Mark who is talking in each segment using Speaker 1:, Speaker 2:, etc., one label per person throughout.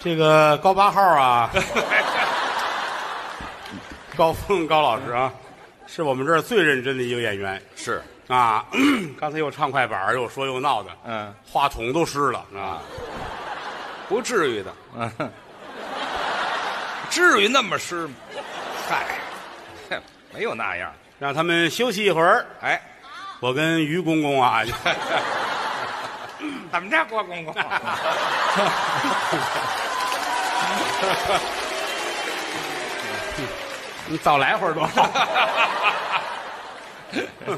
Speaker 1: 这个高八号啊，高峰高老师啊，是我们这儿最认真的一个演员
Speaker 2: 是，
Speaker 1: 啊。 刚才又唱快板儿，又说又闹的，
Speaker 2: 嗯，
Speaker 1: 话筒都湿了啊。
Speaker 2: 不至于的， 至于那么湿吗？嗨， 哼没有那样。
Speaker 1: 让他们休息一会儿，
Speaker 2: 哎，
Speaker 1: 我跟于公公啊，
Speaker 2: 怎么着，郭公 公？
Speaker 1: 你早来会儿多好。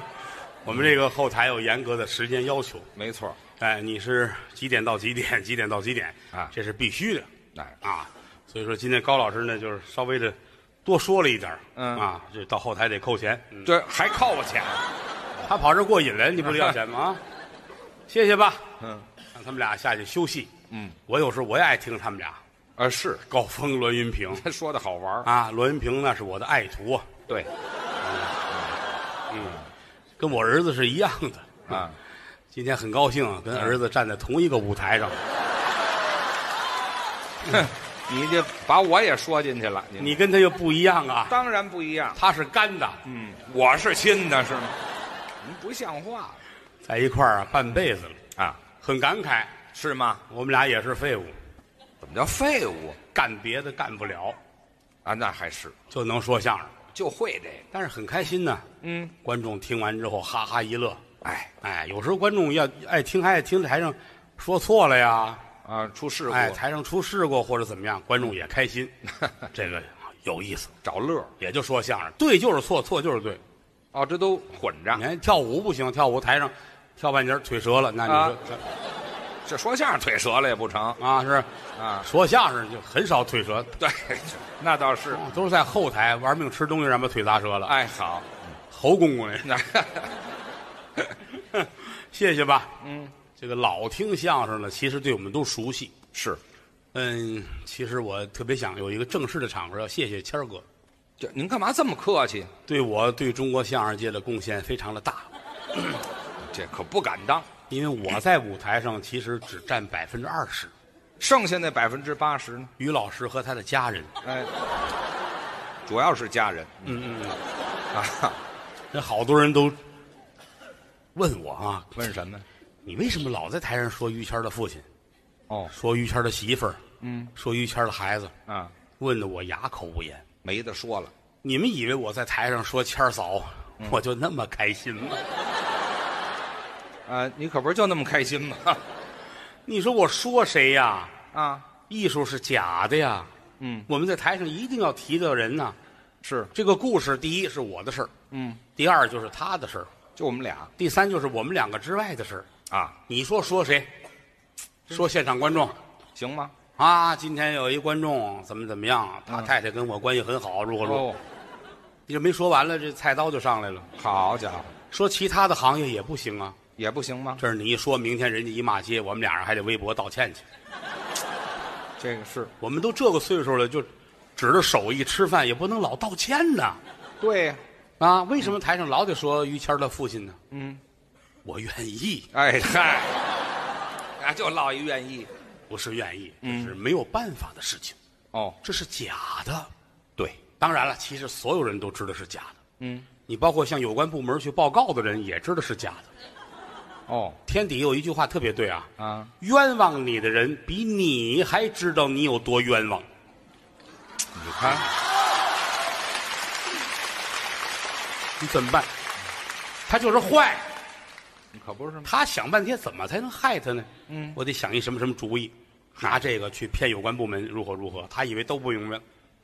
Speaker 1: 我们这个后台有严格的时间要求，
Speaker 2: 没错，
Speaker 1: 哎，你是几点到几点？几点到几点？
Speaker 2: 啊
Speaker 1: 这是必须的
Speaker 2: 哎，
Speaker 1: 啊。所以说今天高老师呢，就是稍微的多说了一点儿
Speaker 2: 嗯
Speaker 1: 啊，这到后台得扣钱。嗯
Speaker 2: 这还靠我钱？
Speaker 1: 他跑这儿过瘾来，你不得要钱吗？ 啊，谢谢吧，
Speaker 2: 嗯，
Speaker 1: 让他们俩下去休息。
Speaker 2: 嗯，
Speaker 1: 我有时候我也爱听他们俩，
Speaker 2: 啊，是，
Speaker 1: 高峰、栾云平
Speaker 2: 他说的好玩儿
Speaker 1: 啊，栾云平那是我的爱徒啊，
Speaker 2: 对，
Speaker 1: 跟我儿子是一样的。
Speaker 2: 啊，
Speaker 1: 今天很高兴啊跟儿子站在同一个舞台上。
Speaker 2: 你这把我也说进去了，你
Speaker 1: 你跟他又不一样啊，
Speaker 2: 当然不一样。
Speaker 1: 他是干的，
Speaker 2: 嗯，我是亲的，是吗？您不像话
Speaker 1: 在一块儿啊半辈子了，
Speaker 2: 啊，
Speaker 1: 很感慨。
Speaker 2: 是吗？
Speaker 1: 我们俩也是废物，
Speaker 2: 怎么叫废物
Speaker 1: 干别的干不了，
Speaker 2: 啊？那还是
Speaker 1: 就能说相声，
Speaker 2: 就会这个。
Speaker 1: 但是很开心呢。
Speaker 2: 嗯，
Speaker 1: 观众听完之后哈哈一乐。
Speaker 2: 哎
Speaker 1: 哎，有时候观众要爱听，还爱听台上说错了呀，
Speaker 2: 啊，出事故、
Speaker 1: 哎，台上出事故或者怎么样，观众也开心，这个有意思。
Speaker 2: 找乐儿
Speaker 1: 也就说相声，对就是错，错就是对。
Speaker 2: 哦，这都混着
Speaker 1: 你。看跳舞不行，跳舞台上跳半截儿腿折了，那你说
Speaker 2: 这说相声腿折了也不成
Speaker 1: 啊是
Speaker 2: 啊？
Speaker 1: 说相声就很少腿折，
Speaker 2: 对，那倒是。
Speaker 1: 都是在后台玩命吃东西，让把腿砸折了。
Speaker 2: 哎，好，
Speaker 1: 侯公公
Speaker 2: 那
Speaker 1: 那， 谢谢吧。嗯，这个老听相声的，其实对我们都熟悉。
Speaker 2: 是
Speaker 1: 嗯，其实我特别想有一个正式的场合，要谢谢谦儿哥，
Speaker 2: 这您干嘛这么客气？
Speaker 1: 对我对中国相声界的贡献非常的大，
Speaker 2: 这可不敢当。
Speaker 1: 因为我在舞台上其实只占百分之二十，
Speaker 2: 剩下那百分之八十呢？
Speaker 1: 于老师和他的家人，
Speaker 2: 哎，主要是家人。嗯嗯啊，
Speaker 1: 那好多人都问我啊，
Speaker 2: 问什么？
Speaker 1: 你为什么老在台上说于谦儿的父亲，
Speaker 2: 哦
Speaker 1: 说于谦儿的媳妇儿，嗯，说于谦儿的孩子，
Speaker 2: 啊，
Speaker 1: 问得我哑口无言。
Speaker 2: 没得说了。
Speaker 1: 你们以为我在台上说谦儿嫂，
Speaker 2: 嗯
Speaker 1: 我就那么开心吗？
Speaker 2: 啊，你可不是就那么开心吗？
Speaker 1: 你说我说谁呀、
Speaker 2: 啊，
Speaker 1: 艺术是假的呀。
Speaker 2: 嗯，
Speaker 1: 我们在台上一定要提到人呐。
Speaker 2: 是，
Speaker 1: 这个故事，第一是我的事儿，
Speaker 2: 嗯，
Speaker 1: 第二就是他的事儿，
Speaker 2: 就我们俩
Speaker 1: 第三就是我们两个之外的事儿。
Speaker 2: 啊，
Speaker 1: 你说说谁？说现场观众
Speaker 2: 行吗？
Speaker 1: 啊，今天有一观众怎么怎么样，他太太跟我关系很好，如何如何，
Speaker 2: 哦，
Speaker 1: 你这没说完了，这菜刀就上来了。
Speaker 2: 好家伙，
Speaker 1: 说其他的行业也不行啊，
Speaker 2: 也不行吗？
Speaker 1: 这是你一说，明天人家一骂街，我们俩人还得微博道歉去。
Speaker 2: 这个是
Speaker 1: 我们都这个岁数了，就指着手艺吃饭，也不能老道歉呐。
Speaker 2: 对呀，
Speaker 1: 啊，为什么台上老得说于谦儿的父亲呢？
Speaker 2: 嗯，
Speaker 1: 我愿意，
Speaker 2: 哎嗨，啊，就落一愿意。
Speaker 1: 不是愿意，这是没有办法的事情，
Speaker 2: 哦，
Speaker 1: 这是假的。
Speaker 2: 对，
Speaker 1: 当然了，其实所有人都知道是假的。
Speaker 2: 嗯，
Speaker 1: 你包括向有关部门去报告的人也知道是假的。
Speaker 2: 哦，
Speaker 1: 天底有一句话特别对啊，
Speaker 2: 啊，
Speaker 1: 冤枉你的人比你还知道你有多冤枉。
Speaker 2: 你看，
Speaker 1: 你怎么办？他就是坏，
Speaker 2: 你可不是吗？
Speaker 1: 他想半天怎么才能害他呢？
Speaker 2: 嗯
Speaker 1: 我得想一什么什么主意，拿这个去骗有关部门如何如何。他以为都不明白，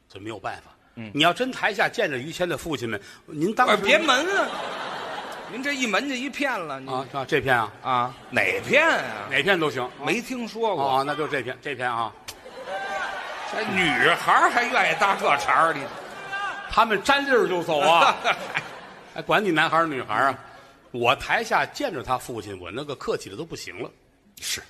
Speaker 1: 这没有办法。嗯，你要真台下见着于谦的父亲们，您当时
Speaker 2: 哎，别门啊！您这一门就一骗了，你
Speaker 1: 啊啊这篇啊
Speaker 2: 啊，哪骗啊？
Speaker 1: 哪篇都行。
Speaker 2: 没听说过，
Speaker 1: 哦，那就这篇这篇啊，
Speaker 2: 这女孩儿还愿意搭这茬儿，你
Speaker 1: 他们沾粒儿就走 啊，还管你男孩儿女孩儿啊。我台下见着他父亲，我那个客气的都不行了，
Speaker 2: 是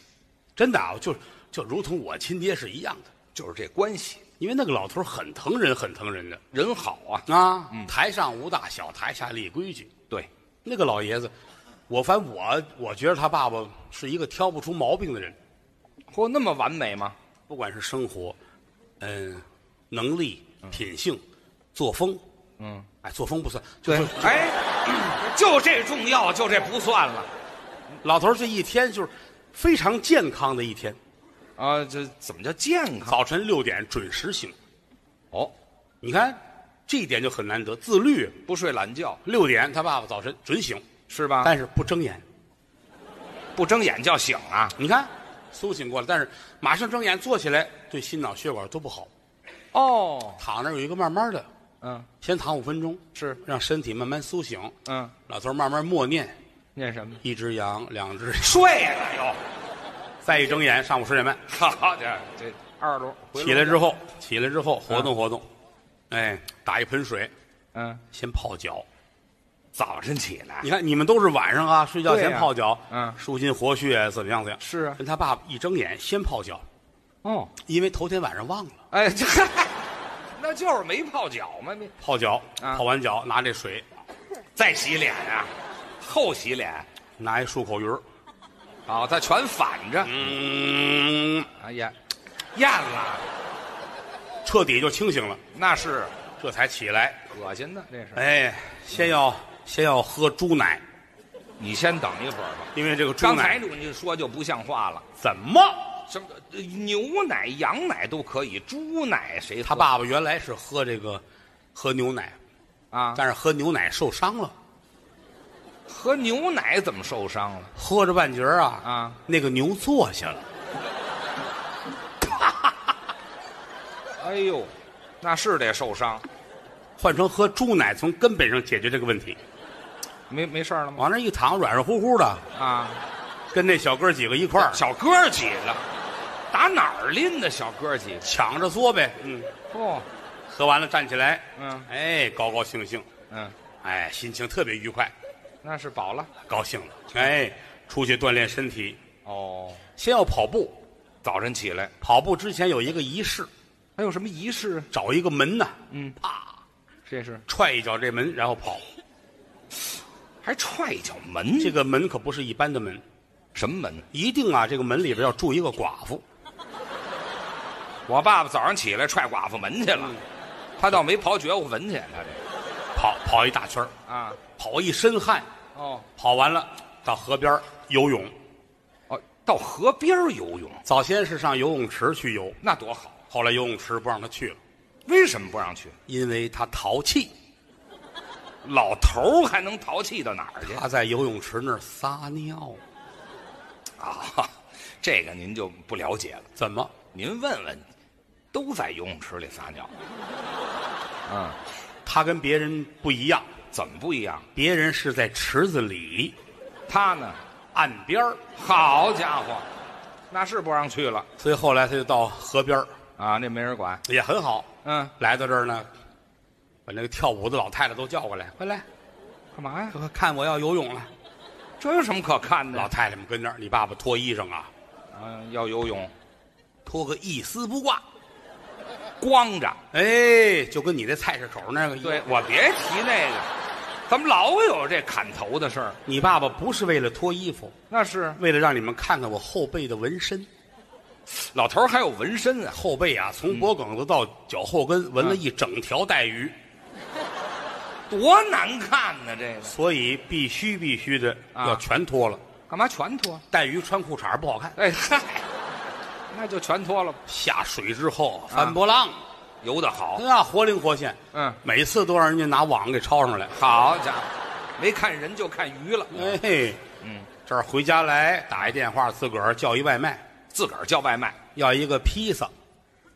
Speaker 1: 真的啊，就就如同我亲爹是一样的，
Speaker 2: 就是这关系，
Speaker 1: 因为那个老头儿很疼人，很疼人的。
Speaker 2: 人好啊。
Speaker 1: 啊，台上无大小，台下立规矩。
Speaker 2: 对，
Speaker 1: 那个老爷子，我反正我我觉得他爸爸是一个挑不出毛病的人。
Speaker 2: 嚯，那么完美吗？
Speaker 1: 不管是生活，嗯，能力、品性、作风，
Speaker 2: 嗯，
Speaker 1: 哎，作风不算，就是，
Speaker 2: 对 哎，就这重要，就这不算了
Speaker 1: 老头儿这一天就是非常健康的一天，
Speaker 2: 啊！这怎么叫健康？
Speaker 1: 早晨六点准时醒，
Speaker 2: 哦，
Speaker 1: 你看这一点就很难得，自律。啊
Speaker 2: 不睡懒觉
Speaker 1: 六点他爸爸早晨准醒，
Speaker 2: 是吧？
Speaker 1: 但是不睁眼。
Speaker 2: 不睁眼叫醒啊？
Speaker 1: 你看，苏醒过来，但是马上睁眼坐起来，对心脑血管都不好。
Speaker 2: 哦，
Speaker 1: 躺那儿有一个慢慢的，
Speaker 2: 嗯，
Speaker 1: 先躺五分钟，
Speaker 2: 是，
Speaker 1: 让身体慢慢苏醒。
Speaker 2: 嗯，
Speaker 1: 老头儿慢慢默念：
Speaker 2: 念什么？
Speaker 1: 一只羊，两 只，
Speaker 2: 睡了又，
Speaker 1: 再一睁眼，上午十点半
Speaker 2: 好家伙，这二楼回
Speaker 1: 起
Speaker 2: 笼啊
Speaker 1: 来之后，起来之后活动活动，哎，打一盆水，
Speaker 2: 嗯，
Speaker 1: 先泡脚。
Speaker 2: 早晨起来
Speaker 1: 你看，你们都是晚上啊，睡觉前
Speaker 2: 对呀
Speaker 1: 泡脚，
Speaker 2: 嗯
Speaker 1: 舒筋活血，怎么样怎么样？
Speaker 2: 是啊
Speaker 1: 跟他爸爸一睁眼先泡脚，
Speaker 2: 哦，
Speaker 1: 因为头天晚上忘了
Speaker 2: 哎，这 那就是没泡脚嘛，你
Speaker 1: 泡脚，
Speaker 2: 啊
Speaker 1: 泡完脚拿这水，
Speaker 2: 再洗脸啊，后洗脸，
Speaker 1: 拿一漱口鱼儿，
Speaker 2: 哦，他全反着
Speaker 1: 嗯，
Speaker 2: 啊，咽咽了，
Speaker 1: 彻底就清醒了，
Speaker 2: 那是
Speaker 1: 这才起来。
Speaker 2: 恶心的，这是。
Speaker 1: 哎，先要先要喝猪奶，
Speaker 2: 你先等一会儿吧，
Speaker 1: 因为这个猪
Speaker 2: 刚才
Speaker 1: 奶
Speaker 2: 你说就不像话了，
Speaker 1: 怎么？
Speaker 2: 什么呃牛奶、羊奶都可以，猪奶谁
Speaker 1: 他爸爸原来是喝这个喝牛奶，
Speaker 2: 啊？
Speaker 1: 但是喝牛奶受伤了，
Speaker 2: 喝牛奶怎么受伤了？
Speaker 1: 喝着半截儿啊
Speaker 2: 啊，
Speaker 1: 那个牛坐下了，
Speaker 2: 哎呦，那是得受伤，
Speaker 1: 换成喝猪奶，从根本上解决这个问题。
Speaker 2: 没没事儿了吗？
Speaker 1: 往那一躺，软软乎乎的，
Speaker 2: 啊，
Speaker 1: 跟那小哥几个一块儿
Speaker 2: 小哥儿几个，打哪儿拎的小哥儿几个？
Speaker 1: 抢着嘬呗。嗯，
Speaker 2: 哦，
Speaker 1: 喝完了站起来，
Speaker 2: 嗯
Speaker 1: 哎，高高兴兴，
Speaker 2: 嗯，
Speaker 1: 哎，心情特别愉快，
Speaker 2: 那是饱了。
Speaker 1: 高兴了，哎，出去锻炼身体，
Speaker 2: 哦，
Speaker 1: 先要跑步。
Speaker 2: 早晨起来
Speaker 1: 跑步之前有一个仪式，
Speaker 2: 还有什么仪式？
Speaker 1: 找一个门呐，
Speaker 2: 嗯，
Speaker 1: 啪
Speaker 2: 这是
Speaker 1: 踹一脚这门，然后跑。
Speaker 2: 还踹一脚门，
Speaker 1: 这个门可不是一般的门，
Speaker 2: 什么门？
Speaker 1: 一定啊，这个门里边要住一个寡妇。
Speaker 2: 我爸爸早上起来踹寡妇门去了，
Speaker 1: 嗯
Speaker 2: 他倒没刨觉悟坟去，他这
Speaker 1: 跑跑一大圈儿
Speaker 2: 啊，
Speaker 1: 跑一身汗，
Speaker 2: 哦
Speaker 1: 跑完了到河边儿游泳。
Speaker 2: 哦，到河边儿游泳
Speaker 1: 早先是上游泳池去游，
Speaker 2: 那多好，
Speaker 1: 后来游泳池不让他去了，
Speaker 2: 为什么不让去？
Speaker 1: 因为他淘气，
Speaker 2: 老头儿还能淘气到哪儿去
Speaker 1: 他在游泳池那儿撒尿。
Speaker 2: 啊？这个您就不了解了，
Speaker 1: 怎么？
Speaker 2: 您问问，都在游泳池里撒尿，嗯，
Speaker 1: 他跟别人不一样，
Speaker 2: 怎么不一样？
Speaker 1: 别人是在池子里
Speaker 2: 他呢？
Speaker 1: 岸边儿，
Speaker 2: 好家伙，那是不让去了
Speaker 1: 所以后来他就到河边儿，
Speaker 2: 啊，那没人管，
Speaker 1: 也很好。
Speaker 2: 嗯，
Speaker 1: 来到这儿呢，把那个跳舞的老太太都叫过来，快来，
Speaker 2: 干嘛呀？
Speaker 1: 快看我要游泳了。
Speaker 2: 这有什么可看的？
Speaker 1: 老太太们跟那儿，你爸爸脱衣裳啊，
Speaker 2: 啊，要游泳，
Speaker 1: 脱个一丝不挂，
Speaker 2: 光着。
Speaker 1: 哎，就跟你那菜市口那个一样。
Speaker 2: 对，我别提那个，怎么老有这砍头的事儿？
Speaker 1: 你爸爸不是为了脱衣服，
Speaker 2: 那是
Speaker 1: 为了让你们看看我后背的纹身。
Speaker 2: 老头儿还有纹身啊，
Speaker 1: 后背啊，从脖梗子到脚后
Speaker 2: 嗯
Speaker 1: 跟纹了一整条带鱼，
Speaker 2: 多难看呢、这个
Speaker 1: 所以必须必须的
Speaker 2: 啊
Speaker 1: 要全脱了。
Speaker 2: 干嘛全脱？
Speaker 1: 带鱼穿裤衩不好看，
Speaker 2: 哎嗨，那就全脱了吧，
Speaker 1: 下水之后翻波浪，
Speaker 2: 啊游得好。
Speaker 1: 那活灵活现。
Speaker 2: 嗯，
Speaker 1: 每次都让人家拿网给抄上来。
Speaker 2: 好家伙，没看人就看鱼了。
Speaker 1: 哎嘿，
Speaker 2: 嗯，
Speaker 1: 这儿回家来打一电话，自个儿叫一外卖，
Speaker 2: 自个儿叫外卖，
Speaker 1: 要一个披萨。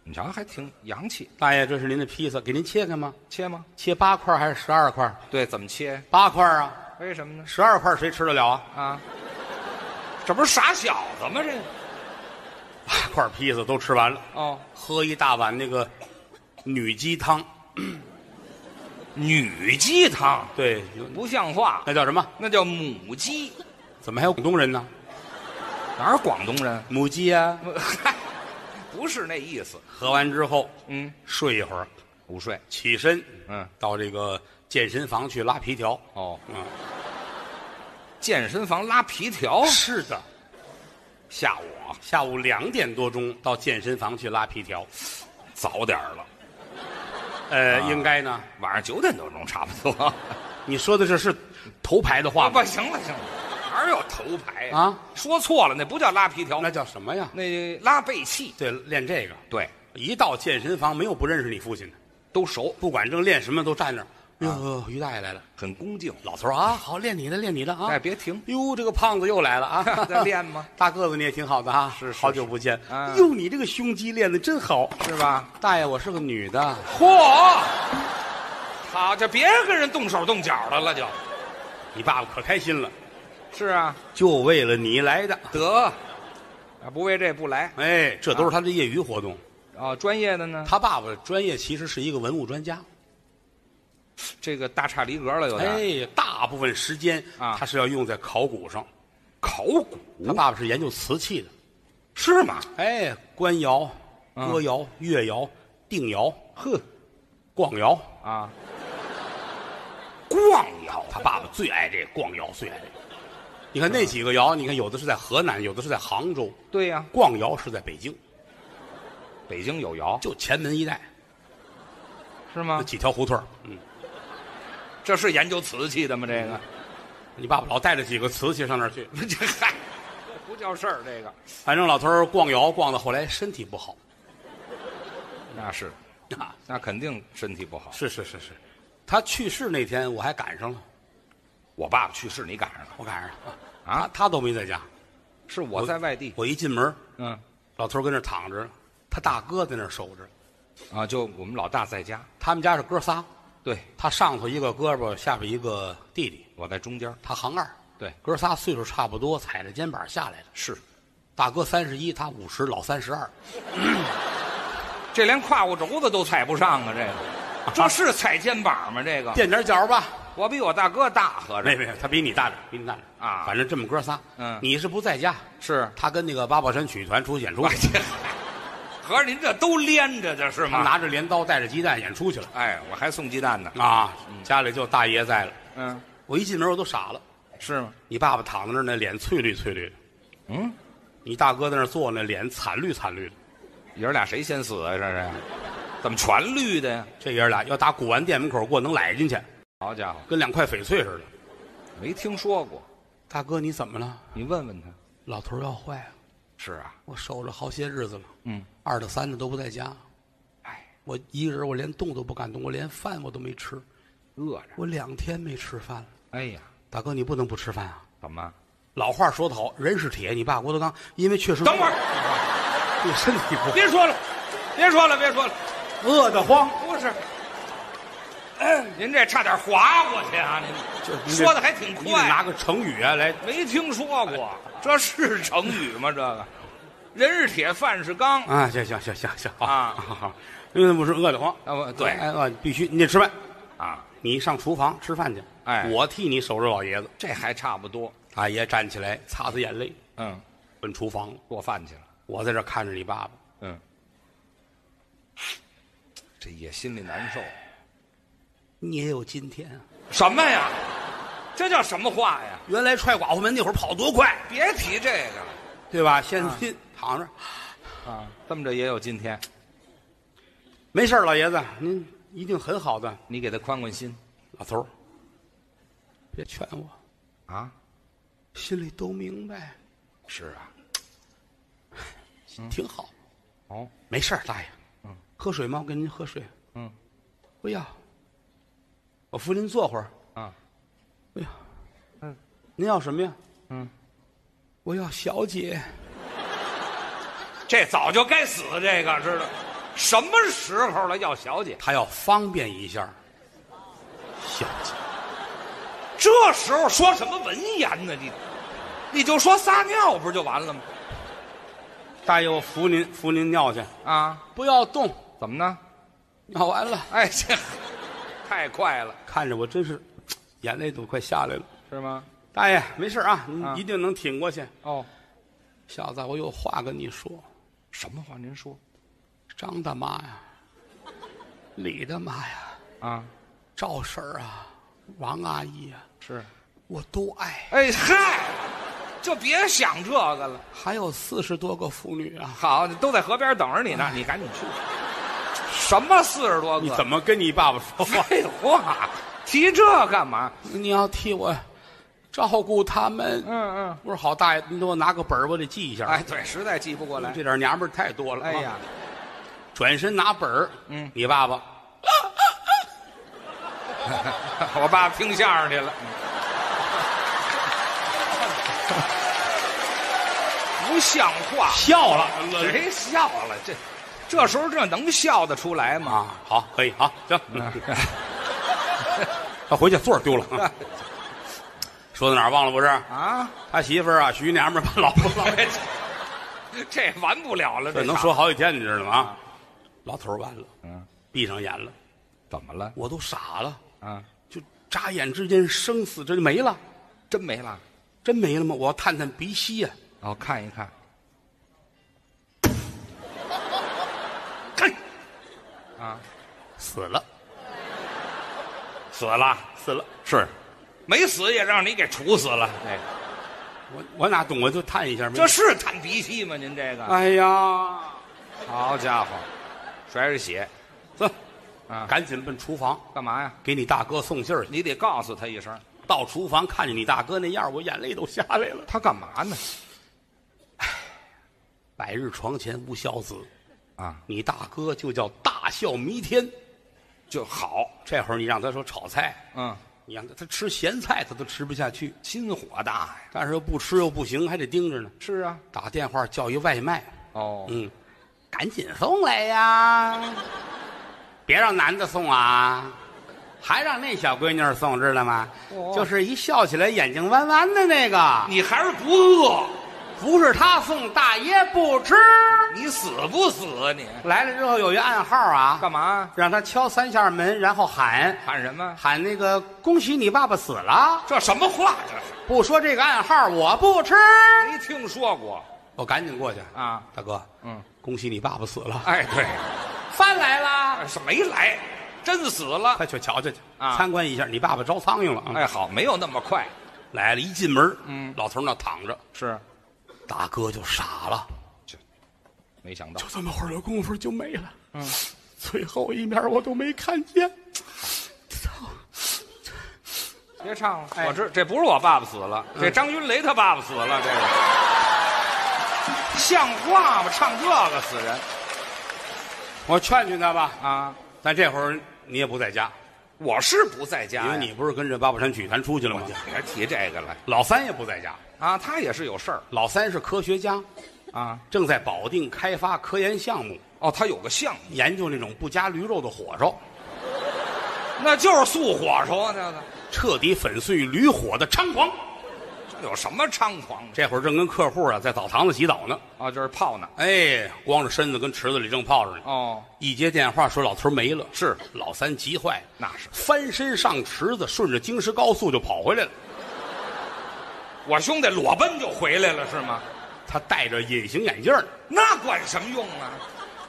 Speaker 2: 你瞧还挺洋气。
Speaker 1: 大爷，这是您的披萨，给您切开吗？
Speaker 2: 切吗？
Speaker 1: 切八块还是十二块？
Speaker 2: 对，怎么切？
Speaker 1: 八块啊，
Speaker 2: 为什么呢？
Speaker 1: 十二块谁吃得了啊？
Speaker 2: 啊，这不是傻小子吗？这个
Speaker 1: 八块披萨都吃完了，
Speaker 2: 哦，
Speaker 1: 喝一大碗那个女鸡汤。
Speaker 2: 女鸡汤
Speaker 1: 对，
Speaker 2: 不像话，
Speaker 1: 那叫什么？
Speaker 2: 那叫母鸡。
Speaker 1: 怎么还有广东人呢？
Speaker 2: 哪儿广东人？
Speaker 1: 母鸡啊！
Speaker 2: 嗨，不是那意思。
Speaker 1: 喝完之后
Speaker 2: 嗯，
Speaker 1: 睡一会儿，
Speaker 2: 午睡。
Speaker 1: 起身
Speaker 2: 嗯，
Speaker 1: 到这个健身房去拉皮条。
Speaker 2: 哦，
Speaker 1: 嗯，
Speaker 2: 健身房拉皮条，
Speaker 1: 是的，
Speaker 2: 下午啊，
Speaker 1: 下午两点多钟到健身房去拉皮条，
Speaker 2: 早点儿了，
Speaker 1: 呃，
Speaker 2: 啊
Speaker 1: 应该呢。
Speaker 2: 晚上九点多钟差不多。
Speaker 1: 你说的这是头牌的话
Speaker 2: 啊，
Speaker 1: 吗？
Speaker 2: 不行了，行了，哪有头牌呀、
Speaker 1: 啊
Speaker 2: 说错了，那不叫拉皮条，
Speaker 1: 那叫什么呀？
Speaker 2: 那拉背气。
Speaker 1: 对，练这个。
Speaker 2: 对，
Speaker 1: 一到健身房，没有不认识你父亲的，
Speaker 2: 都熟，
Speaker 1: 不管正练什么都站那儿。
Speaker 2: 啊
Speaker 1: 哟，于大爷来了，
Speaker 2: 很恭敬。
Speaker 1: 老头儿啊，好，练你的，练你的啊。
Speaker 2: 哎，别停，
Speaker 1: 哟，这个胖子又来了啊！
Speaker 2: 在练吗？
Speaker 1: 大个子你也挺好的啊，
Speaker 2: 是是
Speaker 1: 好久不见
Speaker 2: 啊。
Speaker 1: 哟，你这个胸肌练的真好，
Speaker 2: 是吧？
Speaker 1: 大爷，我是个女的，
Speaker 2: 嚯！好，这别跟人动手动脚的了就，
Speaker 1: 你爸爸可开心了，
Speaker 2: 是啊，
Speaker 1: 就为了你来的。
Speaker 2: 得，啊，不为这不来
Speaker 1: 哎，这都是他的业余活动。
Speaker 2: 啊。专业的呢，
Speaker 1: 他爸爸专业其实是一个文物专家，
Speaker 2: 这个大差离格了有点。
Speaker 1: 哎，大部分时间
Speaker 2: 啊哦
Speaker 1: 他是要用在考古上。
Speaker 2: 考古
Speaker 1: 他爸爸是研究瓷器的，
Speaker 2: 是吗？
Speaker 1: 哎，官窑、
Speaker 2: 嗯
Speaker 1: 歌窑、越窑、定窑、
Speaker 2: 呵
Speaker 1: 逛窑，
Speaker 2: 啊，逛窑，
Speaker 1: 他爸爸最爱这逛窑，最爱这个。你看那几个窑，你看有的是在河南，有的是在杭州，
Speaker 2: 对呀、
Speaker 1: 逛窑是在北京，
Speaker 2: 北京有窑
Speaker 1: 就前门一带
Speaker 2: 是
Speaker 1: 那
Speaker 2: 吗？
Speaker 1: 几条胡同儿嗯，
Speaker 2: 这是研究瓷器的吗？这个，
Speaker 1: 你爸爸老带着几个瓷器上那儿去，
Speaker 2: 这嗨，这不叫事儿。这个
Speaker 1: 反正老头儿逛窑逛到后来身体不好，
Speaker 2: 那是，
Speaker 1: 啊，
Speaker 2: 那肯定身体不好。
Speaker 1: 是是是是，他去世那天我还赶上了，
Speaker 2: 我爸爸去世，你赶上了，
Speaker 1: 我赶上了
Speaker 2: 啊
Speaker 1: 他他都没在家，
Speaker 2: 是我在外地。
Speaker 1: 我一进门，
Speaker 2: 嗯，
Speaker 1: 老头儿跟那儿躺着，他大哥在那儿守着，
Speaker 2: 啊，就我们老大在家，
Speaker 1: 他们家是哥仨，
Speaker 2: 对
Speaker 1: 他上头一个胳膊，下边一个弟弟，
Speaker 2: 我在中间，
Speaker 1: 他行二，
Speaker 2: 对，
Speaker 1: 哥仨岁数差不多，踩着肩膀下来的，
Speaker 2: 是，
Speaker 1: 大哥三十一，他五十，老三十二，
Speaker 2: 这连胯骨轴子都踩不上啊！这 个，这是踩肩膀吗？这个，
Speaker 1: 垫点脚吧。
Speaker 2: 我比我大哥大，合着
Speaker 1: 没没，他比你大点，比你大点
Speaker 2: 啊
Speaker 1: 反正这么哥仨，
Speaker 2: 嗯
Speaker 1: 你是不在家，
Speaker 2: 是。
Speaker 1: 他跟那个八宝山曲艺团出去演出
Speaker 2: 我
Speaker 1: 去，
Speaker 2: 这，合着您这都连着的是
Speaker 1: 他
Speaker 2: 吗？
Speaker 1: 拿着镰刀带着鸡蛋演出去了
Speaker 2: 哎，我还送鸡蛋呢。
Speaker 1: 啊。家里就大爷在了，
Speaker 2: 嗯，
Speaker 1: 我一进门我都傻了，
Speaker 2: 是吗？
Speaker 1: 你爸爸躺在那儿，那脸翠绿翠绿的，
Speaker 2: 嗯，
Speaker 1: 你大哥在那儿坐，那脸惨绿惨绿的。
Speaker 2: 爷儿俩谁先死啊？这是？怎么全绿的呀？
Speaker 1: 这爷俩要打古玩店门口过，能揽进去，
Speaker 2: 好家伙，
Speaker 1: 跟两块翡翠似的。
Speaker 2: 没听说过。
Speaker 1: 大哥，你怎么了？
Speaker 2: 你问问他。
Speaker 1: 老头儿要坏啊！
Speaker 2: 是啊，
Speaker 1: 我守着好些日子了，
Speaker 2: 嗯，
Speaker 1: 二的三的都不在家，
Speaker 2: 哎，
Speaker 1: 我一个人我连动都不敢动，我连饭我都没吃，
Speaker 2: 饿着。
Speaker 1: 我两天没吃饭了。
Speaker 2: 哎呀，
Speaker 1: 大哥，你不能不吃饭啊！
Speaker 2: 怎么？
Speaker 1: 老话说得好，人是铁。你爸郭德纲因为确实
Speaker 2: 等会儿，
Speaker 1: 对身体不好，
Speaker 2: 别说了，别说了，别说了。
Speaker 1: 饿得慌，
Speaker 2: 不是， 您这差点划过去啊！您哎
Speaker 1: 就
Speaker 2: 说得还挺快
Speaker 1: 你得拿个成语啊来，
Speaker 2: 没听说过，这是成语吗？这个，人是铁，饭是钢。
Speaker 1: 啊，行行行行行
Speaker 2: 啊
Speaker 1: 好好好因为不是饿得慌，
Speaker 2: 啊，不对
Speaker 1: 哎饿必须你得吃饭，
Speaker 2: 啊，
Speaker 1: 你上厨房吃饭去，
Speaker 2: 哎
Speaker 1: 我替你守着老爷子。
Speaker 2: 这还差不多。
Speaker 1: 大爷站起来，擦擦眼泪，
Speaker 2: 嗯，
Speaker 1: 奔厨房了。
Speaker 2: 做饭去了。
Speaker 1: 我在这看着你爸爸，
Speaker 2: 嗯，这也心里难受。
Speaker 1: 你也有今天啊！
Speaker 2: 什么呀？这叫什么话呀？
Speaker 1: 原来踹寡妇门那会儿跑多快，
Speaker 2: 别提这个了
Speaker 1: 对吧？现在躺着，
Speaker 2: 啊！这么着也有今天，
Speaker 1: 没事儿老爷子，您一定很好的。
Speaker 2: 你给他宽宽心
Speaker 1: 老头儿，别劝我，
Speaker 2: 啊！
Speaker 1: 心里都明白，
Speaker 2: 是啊，
Speaker 1: 挺好。
Speaker 2: 哦，
Speaker 1: 没事儿，大爷。嗯，喝水吗？我给您喝水。
Speaker 2: 嗯，
Speaker 1: 不要。我扶您坐会儿。
Speaker 2: 啊，
Speaker 1: 哎呀，
Speaker 2: 嗯，
Speaker 1: 您要什么呀？
Speaker 2: 嗯，
Speaker 1: 我要小姐。
Speaker 2: 这早就该死，这个知道什么时候了？要小姐，
Speaker 1: 他要方便一下。小姐，
Speaker 2: 这时候说什么文言呢？你，你就说撒尿不就完了吗？
Speaker 1: 大爷，我扶您，扶您尿去。
Speaker 2: 啊，
Speaker 1: 不要动，
Speaker 2: 怎么呢？
Speaker 1: 尿完了。
Speaker 2: 哎，这太快了，
Speaker 1: 看着我真是，眼泪都快下来了。
Speaker 2: 是吗？
Speaker 1: 大爷，没事啊，您
Speaker 2: 啊
Speaker 1: 一定能挺过去。
Speaker 2: 哦，
Speaker 1: 小子，我有话跟你说。
Speaker 2: 什么话？您说
Speaker 1: 张大妈呀，李大妈呀，
Speaker 2: 啊？
Speaker 1: 赵婶儿啊，王阿姨呀、
Speaker 2: 是，
Speaker 1: 我都爱。
Speaker 2: 哎嗨，就别想这个了。
Speaker 1: 还有四十多个妇女啊！
Speaker 2: 好，都在河边等着你呢，你赶紧去。什么四十多个？
Speaker 1: 你怎么跟你爸爸说话？
Speaker 2: 废话，提这干嘛？
Speaker 1: 你要替我照顾他们。
Speaker 2: 嗯嗯。
Speaker 1: 我说好，大爷，你给我拿个本儿，我得记一下。
Speaker 2: 哎，对，实在记不过来。
Speaker 1: 这点娘们儿太多了。
Speaker 2: 哎呀
Speaker 1: 啊，，转身拿本儿。
Speaker 2: 嗯，
Speaker 1: 你爸爸
Speaker 2: 我爸听相声去了。 不像话，
Speaker 1: 笑了。
Speaker 2: 谁笑了？这这时候这能笑得出来吗？
Speaker 1: 啊，好，可以，好，行。
Speaker 2: 嗯
Speaker 1: 他回去座儿丢了。 啊说到哪儿忘了不是？
Speaker 2: 啊，
Speaker 1: 他媳妇儿啊，徐娘们儿把老婆老
Speaker 2: 这这完不了了，
Speaker 1: 这能
Speaker 2: 场
Speaker 1: 说好几天，你知道吗？啊，老头儿完了，
Speaker 2: 嗯，
Speaker 1: 闭上眼了，
Speaker 2: 怎么了？
Speaker 1: 我都傻了，
Speaker 2: 啊，
Speaker 1: 就眨眼之间，生死这就没了，
Speaker 2: 真没了。
Speaker 1: 真没了吗？我要探探鼻息呀、
Speaker 2: 哦，看一看，
Speaker 1: 看
Speaker 2: 啊，
Speaker 1: 死了，
Speaker 2: 死了，
Speaker 1: 死了，是
Speaker 2: 没死也让你给处死了。哎，
Speaker 1: 我我哪懂？我就探一下，没
Speaker 2: 这是探鼻息吗？您这个，
Speaker 1: 哎呀，
Speaker 2: 啊好家伙，甩着血
Speaker 1: 走，
Speaker 2: 啊，
Speaker 1: 赶紧奔厨房
Speaker 2: 干嘛呀？
Speaker 1: 给你大哥送信儿去。
Speaker 2: 你得告诉他一声。
Speaker 1: 到厨房看见你大哥那样儿，我眼泪都下来了。
Speaker 2: 他干嘛呢？
Speaker 1: 百日床前无孝子，
Speaker 2: 啊，
Speaker 1: 你大哥就叫大孝弥天。
Speaker 2: 就好，
Speaker 1: 这会儿你让他说炒菜，
Speaker 2: 嗯，
Speaker 1: 你让他他吃咸菜他都吃不下去，
Speaker 2: 心火大呀。
Speaker 1: 但是又不吃又不行，还得盯着呢。
Speaker 2: 是啊，
Speaker 1: 打电话叫一外卖，
Speaker 2: 哦，
Speaker 1: 嗯，赶紧送来呀！别让男的送啊，还让那小闺女儿送，知道吗？
Speaker 2: 哦
Speaker 1: 就是一笑起来眼睛弯弯的那个，
Speaker 2: 你还是不饿，
Speaker 1: 不是他送，大爷不吃。
Speaker 2: 你死不死啊你？
Speaker 1: 来了之后有一暗号啊，
Speaker 2: 干嘛？
Speaker 1: 让他敲三下门，然后喊
Speaker 2: 喊什么？
Speaker 1: 喊那个恭喜你爸爸死了。
Speaker 2: 这什么话？这是
Speaker 1: 不说这个暗号，我不吃。
Speaker 2: 没听说过
Speaker 1: 我赶紧过去，
Speaker 2: 啊。
Speaker 1: 大哥，
Speaker 2: 嗯，
Speaker 1: 恭喜你爸爸死了，
Speaker 2: 哎，对，哎
Speaker 1: 饭来啦。
Speaker 2: 是没来，真死了。
Speaker 1: 快去瞧瞧去
Speaker 2: 啊
Speaker 1: 参观一下。你爸爸招苍蝇了啊！
Speaker 2: 哎，好，没有那么快。
Speaker 1: 来了，一进门，
Speaker 2: 嗯
Speaker 1: 老头儿那躺着，
Speaker 2: 是，
Speaker 1: 大哥就傻了，
Speaker 2: 没想到
Speaker 1: 就这么会儿的功夫就没了。嗯，最后一面我都没看见。
Speaker 2: 别唱了，
Speaker 1: 哎
Speaker 2: 我知这不是我爸爸死了，这张云雷他爸爸死了，这个像话吗？唱这个死人
Speaker 1: 我劝劝他吧，
Speaker 2: 啊！
Speaker 1: 但这会儿你也不在家，
Speaker 2: 我是不在家
Speaker 1: 因为
Speaker 2: 呀，
Speaker 1: 你不是跟着八宝山曲艺团出去了吗？
Speaker 2: 别提这个了
Speaker 1: 老三也不在家，
Speaker 2: 啊！他也是有事儿
Speaker 1: 老三是科学家，
Speaker 2: 啊。
Speaker 1: 正在保定开发科研项目，
Speaker 2: 哦，他有个项目，
Speaker 1: 研究那种不加驴肉的火烧，
Speaker 2: 那就是素火烧啊，那个
Speaker 1: 彻底粉碎驴火的猖狂。
Speaker 2: 这有什么猖狂的
Speaker 1: 这会儿正跟客户啊在澡堂子洗澡呢。
Speaker 2: 啊？这是泡呢。
Speaker 1: 哎，光着身子跟池子里正泡着呢。
Speaker 2: 哦，
Speaker 1: 一接电话说老头儿没了，
Speaker 2: 是
Speaker 1: 老三急坏了，
Speaker 2: 那是
Speaker 1: 翻身上池子，顺着京石高速就跑回来了。
Speaker 2: 我兄弟裸奔就回来了是吗？
Speaker 1: 他戴着隐形眼镜儿呢
Speaker 2: 那管什么用啊？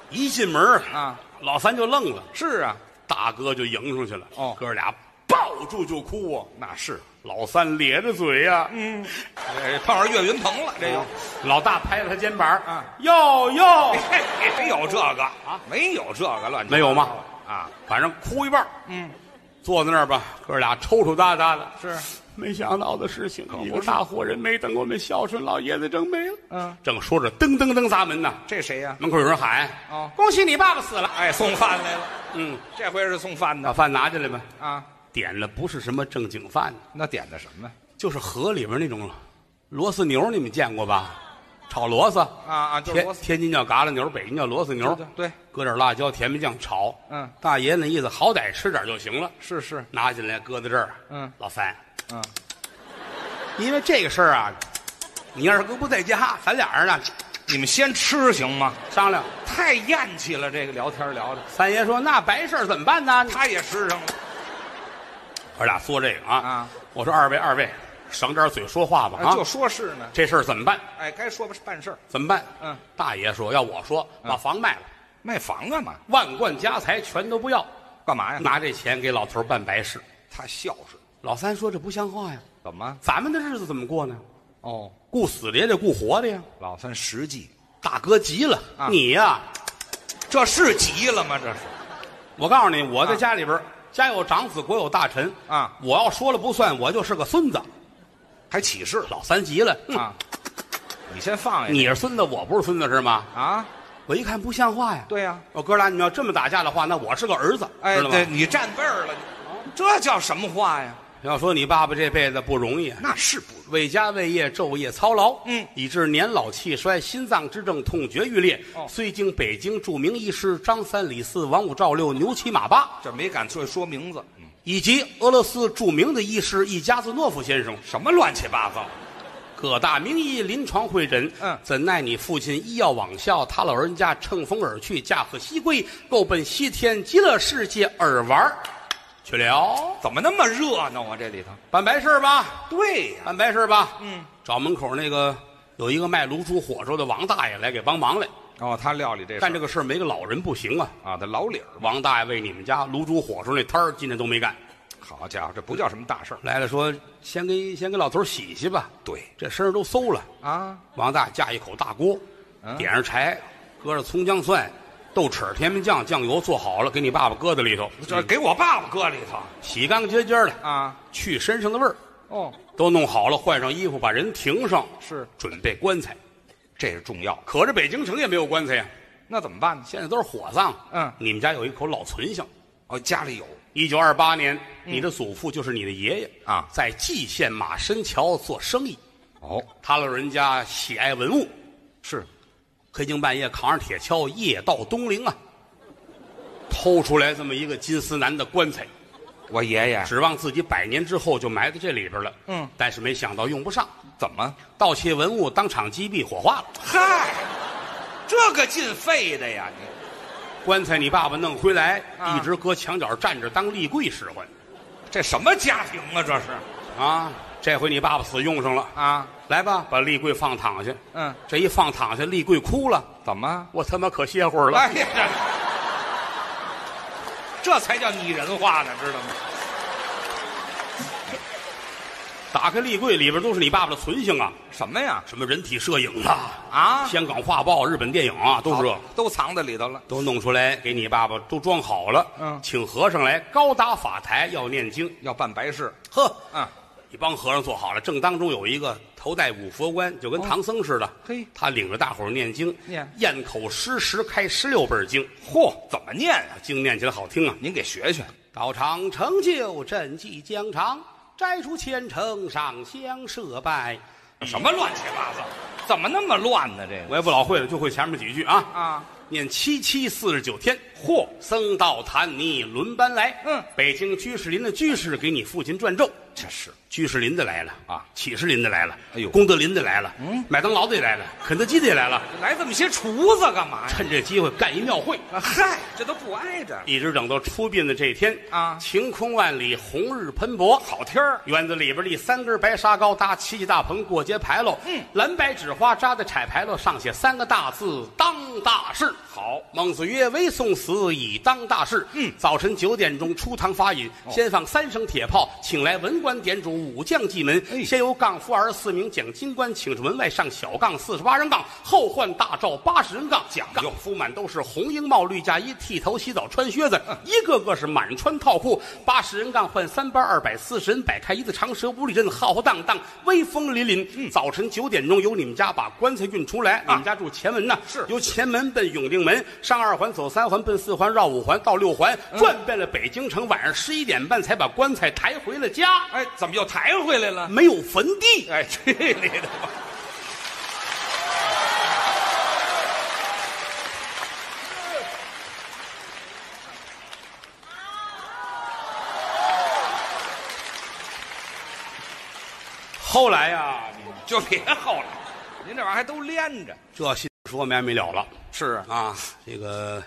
Speaker 1: 一进门
Speaker 2: 啊，
Speaker 1: 老三就愣了，
Speaker 2: 是啊，
Speaker 1: 大哥就迎上去了。
Speaker 2: 哦
Speaker 1: 哥俩抱住就哭啊。
Speaker 2: 那是。
Speaker 1: 老三咧着嘴呀、
Speaker 2: 嗯，哦哎碰上岳云鹏了，这又。
Speaker 1: 老大拍了他肩膀
Speaker 2: 啊，
Speaker 1: 哟哟，
Speaker 2: 没有这个啊，没有这个乱七八糟
Speaker 1: 没有吗？
Speaker 2: 啊，
Speaker 1: 反正哭一半儿，
Speaker 2: 嗯，
Speaker 1: 坐在那儿吧，哥俩抽抽搭搭的。
Speaker 2: 是，
Speaker 1: 没想到的事情，一个大活人没等我们孝顺老爷子真没了。
Speaker 2: 嗯，
Speaker 1: 正说着，噔噔噔砸门呢，
Speaker 2: 这谁呀、
Speaker 1: 门口有人喊：“
Speaker 2: 哦
Speaker 1: 恭喜你爸爸死了
Speaker 2: 哎，送饭来了，！”
Speaker 1: 嗯，
Speaker 2: 这回是送饭
Speaker 1: 把
Speaker 2: 的
Speaker 1: 饭拿进来吧。
Speaker 2: 啊。
Speaker 1: 点了不是什么正经饭，
Speaker 2: 那点的什么
Speaker 1: 就是河里边那种螺丝牛，你们见过吧？炒螺丝，
Speaker 2: 啊啊？就是
Speaker 1: 天
Speaker 2: 螺丝。
Speaker 1: 天津叫嘎啦牛，北京叫螺丝牛。
Speaker 2: 对，
Speaker 1: 搁点辣椒、甜面酱炒。
Speaker 2: 嗯，
Speaker 1: 大爷那意思，好歹吃点就行了。
Speaker 2: 是是，
Speaker 1: 拿进来搁在这儿。啊
Speaker 2: 嗯
Speaker 1: 老三，
Speaker 2: 嗯，
Speaker 1: 因为这个事儿啊，你二哥不在家，咱俩人呢
Speaker 2: 你们先吃行吗？
Speaker 1: 商量。
Speaker 2: 太厌气了，这个聊天聊的，
Speaker 1: 三爷说：“那白事儿怎么办呢？”
Speaker 2: 他也吃上了
Speaker 1: 哥俩说这个啊，
Speaker 2: 啊
Speaker 1: 我说二位二位，省点嘴说话吧
Speaker 2: 哎
Speaker 1: 啊，
Speaker 2: 就说是呢，
Speaker 1: 这事儿怎么办？
Speaker 2: 哎，该说吧办事儿，
Speaker 1: 怎么办？
Speaker 2: 嗯，
Speaker 1: 大爷说要我说把房卖了，
Speaker 2: 卖房干嘛？
Speaker 1: 万贯家财全都不要，
Speaker 2: 干嘛呀？
Speaker 1: 拿这钱给老头儿办白事。
Speaker 2: 他孝顺，
Speaker 1: 老三说这不像话呀，
Speaker 2: 怎么？
Speaker 1: 咱们的日子怎么过呢？
Speaker 2: 哦，
Speaker 1: 顾死的也得顾活的呀。
Speaker 2: 老三实际，
Speaker 1: 大哥急了，
Speaker 2: 啊
Speaker 1: 你呀、
Speaker 2: 这是急了吗？这是
Speaker 1: 我告诉你，我在家里边儿，家有长子，国有大臣
Speaker 2: 啊
Speaker 1: 我要说了不算，我就是个孙子。
Speaker 2: 还起誓
Speaker 1: 老三急了，哼
Speaker 2: 啊？你先放下
Speaker 1: 你是孙子，我不是孙子是吗？
Speaker 2: 啊？
Speaker 1: 我一看不像话呀。
Speaker 2: 对呀、
Speaker 1: 我哥俩，你们要这么打架的话，那我是个儿子，
Speaker 2: 哎，
Speaker 1: 知道
Speaker 2: 对
Speaker 1: 吗？
Speaker 2: 你站辈儿了，这叫什么话呀？
Speaker 1: 要说你爸爸这辈子不容易啊，
Speaker 2: 那是不
Speaker 1: 为家为业昼夜操劳，
Speaker 2: 嗯
Speaker 1: 以致年老气衰、心脏之症痛绝欲裂。
Speaker 2: 哦
Speaker 1: 虽经北京著名医师张三、李四、王五、赵六、牛七、马八，
Speaker 2: 这没敢说说名字，嗯
Speaker 1: 以及俄罗斯著名的医师伊加兹诺夫先生，
Speaker 2: 什么乱七八糟？
Speaker 1: 各大名医临床会诊，
Speaker 2: 嗯
Speaker 1: 怎奈你父亲医药网效，他老人家乘风而去，驾鹤西归，够奔西天极乐世界耳玩儿去了。
Speaker 2: 怎么那么热闹啊？这里头？
Speaker 1: 办白事儿吧，
Speaker 2: 对呀、
Speaker 1: 办白事儿吧。
Speaker 2: 嗯，
Speaker 1: 找门口那个有一个卖卤煮火烧的王大爷来给帮忙来，
Speaker 2: 哦，他料理这事
Speaker 1: 干
Speaker 2: 儿
Speaker 1: 这个事儿没个老人不行啊。
Speaker 2: 啊，他老理儿，
Speaker 1: 王大爷为你们家卤煮火烧那摊儿今天都没干，
Speaker 2: 好家伙，这不叫什么大事儿。
Speaker 1: 来了说先给先给老头儿洗洗吧，
Speaker 2: 对
Speaker 1: 这身上都馊了。
Speaker 2: 啊，
Speaker 1: 王大爷架一口大锅，
Speaker 2: 嗯
Speaker 1: 点上柴，搁上葱姜蒜、豆豉、甜面酱、酱油，做好了，给你爸爸搁在里头，
Speaker 2: 这给我爸爸搁里头
Speaker 1: 洗干干净净的，
Speaker 2: 啊。
Speaker 1: 去身上的味儿，
Speaker 2: 哦，
Speaker 1: 都弄好了，换上衣服，把人停上，
Speaker 2: 是
Speaker 1: 准备棺材。
Speaker 2: 这是重要。
Speaker 1: 可这北京城也没有棺材呀、
Speaker 2: 那怎么办呢？
Speaker 1: 现在都是火葬。
Speaker 2: 嗯
Speaker 1: 你们家有一口老存性。
Speaker 2: 哦，家里有
Speaker 1: 一九二八年，你的祖父就是你的爷爷
Speaker 2: 嗯啊
Speaker 1: 在蓟县马身桥做生意，
Speaker 2: 哦，
Speaker 1: 他老人家喜爱文物，
Speaker 2: 是
Speaker 1: 黑更半夜扛着铁锹夜到东陵啊，偷出来这么一个金丝楠的棺材，
Speaker 2: 我爷爷
Speaker 1: 指望自己百年之后就埋在这里边了。
Speaker 2: 啊嗯，
Speaker 1: 但是没想到用不上，
Speaker 2: 怎么？
Speaker 1: 盗窃文物当场击毙火化了。
Speaker 2: 嗨，这个进废的呀！你
Speaker 1: 棺材你爸爸弄回来，
Speaker 2: 啊
Speaker 1: 一直搁墙角站着当立柜使唤。
Speaker 2: 这什么家庭啊？这是
Speaker 1: 啊，这回你爸爸死用上了，
Speaker 2: 啊？
Speaker 1: 来吧，把立柜放躺下。
Speaker 2: 嗯，
Speaker 1: 这一放躺下，立柜哭了，
Speaker 2: 怎么？
Speaker 1: 我他妈可歇会儿了。
Speaker 2: 哎呀，这这才叫拟人化呢，知道吗？
Speaker 1: 打开立柜，里边都是你爸爸的存性啊，
Speaker 2: 什么呀？
Speaker 1: 什么人体摄影啊，
Speaker 2: 啊，
Speaker 1: 香港画报、日本电影啊，都是这个。
Speaker 2: 都藏在里头了。
Speaker 1: 都弄出来给你爸爸都装好了，
Speaker 2: 嗯
Speaker 1: 请和尚来高搭法台要念经，
Speaker 2: 要办白事，
Speaker 1: 呵，
Speaker 2: 啊，
Speaker 1: 一帮和尚做好了，正当中有一个头戴五佛冠，就跟唐僧似的，
Speaker 2: 哦嘿
Speaker 1: 他领着大伙儿念经，
Speaker 2: 念
Speaker 1: 咽口施食开十六本经，
Speaker 2: 嚯，怎么念啊？
Speaker 1: 经念起来好听啊，
Speaker 2: 您给学学。
Speaker 1: 道场成就，赈济疆场，摘除千城，上香设拜。
Speaker 2: 什么乱七八糟？怎么那么乱呢？这个
Speaker 1: 我也不老会了，就会前面几句啊。
Speaker 2: 啊，
Speaker 1: 念七七四十九天，
Speaker 2: 嚯，
Speaker 1: 僧道坛尼轮班来。
Speaker 2: 嗯
Speaker 1: 北京居士林的居士给你父亲转咒，
Speaker 2: 这是
Speaker 1: 居士林的来了
Speaker 2: 啊
Speaker 1: 启士林的来了，
Speaker 2: 哎呦
Speaker 1: 功德林的来了，嗯，麦当劳的也来了，肯德基的也来了，
Speaker 2: 来这么些厨子干嘛呀？
Speaker 1: 趁这机会干一庙会，
Speaker 2: 啊嗨，这都不挨着
Speaker 1: 一直等到出殡的这一天
Speaker 2: 啊
Speaker 1: 晴空万里，红日喷薄，好
Speaker 2: 天儿
Speaker 1: 院子里边立三根白沙高搭七级大棚，过街牌楼，
Speaker 2: 嗯，
Speaker 1: 蓝白纸花扎在彩牌楼上写三个大字“当大事”。好，孟子曰：“唯送死以当大事。”嗯，早晨九点钟出堂发引，
Speaker 2: 哦
Speaker 1: 先放三声铁炮，请来文官点主、武将进门，
Speaker 2: 哎
Speaker 1: 先由杠夫二十四名讲金官请至门外上小杠四十八人杠，后换大罩八十人杠，讲
Speaker 2: 究
Speaker 1: 杠夫满都是红缨帽、绿嫁衣、剃头、洗澡、穿靴子，
Speaker 2: 嗯
Speaker 1: 一个个是满穿套裤。八十人杠换三班二百四十人，摆开一字长蛇五里阵，浩浩荡荡，威风凛
Speaker 2: 嗯
Speaker 1: 凛。早晨九点钟由你们家把棺材运出来，你们家住前门呢，
Speaker 2: 啊是
Speaker 1: 由前门奔永定门，上二环走三环奔四环绕五环到六环，
Speaker 2: 嗯
Speaker 1: 转遍了北京城。晚上十一点半才把棺材抬回了家，
Speaker 2: 哎，怎么又抬回来了？
Speaker 1: 没有坟地。
Speaker 2: 哎， 去你的吧！
Speaker 1: 后来呀，
Speaker 2: 就别后来，您这玩意儿还都连着。
Speaker 1: 这心说没完没了了。
Speaker 2: 是啊，
Speaker 1: 啊，这个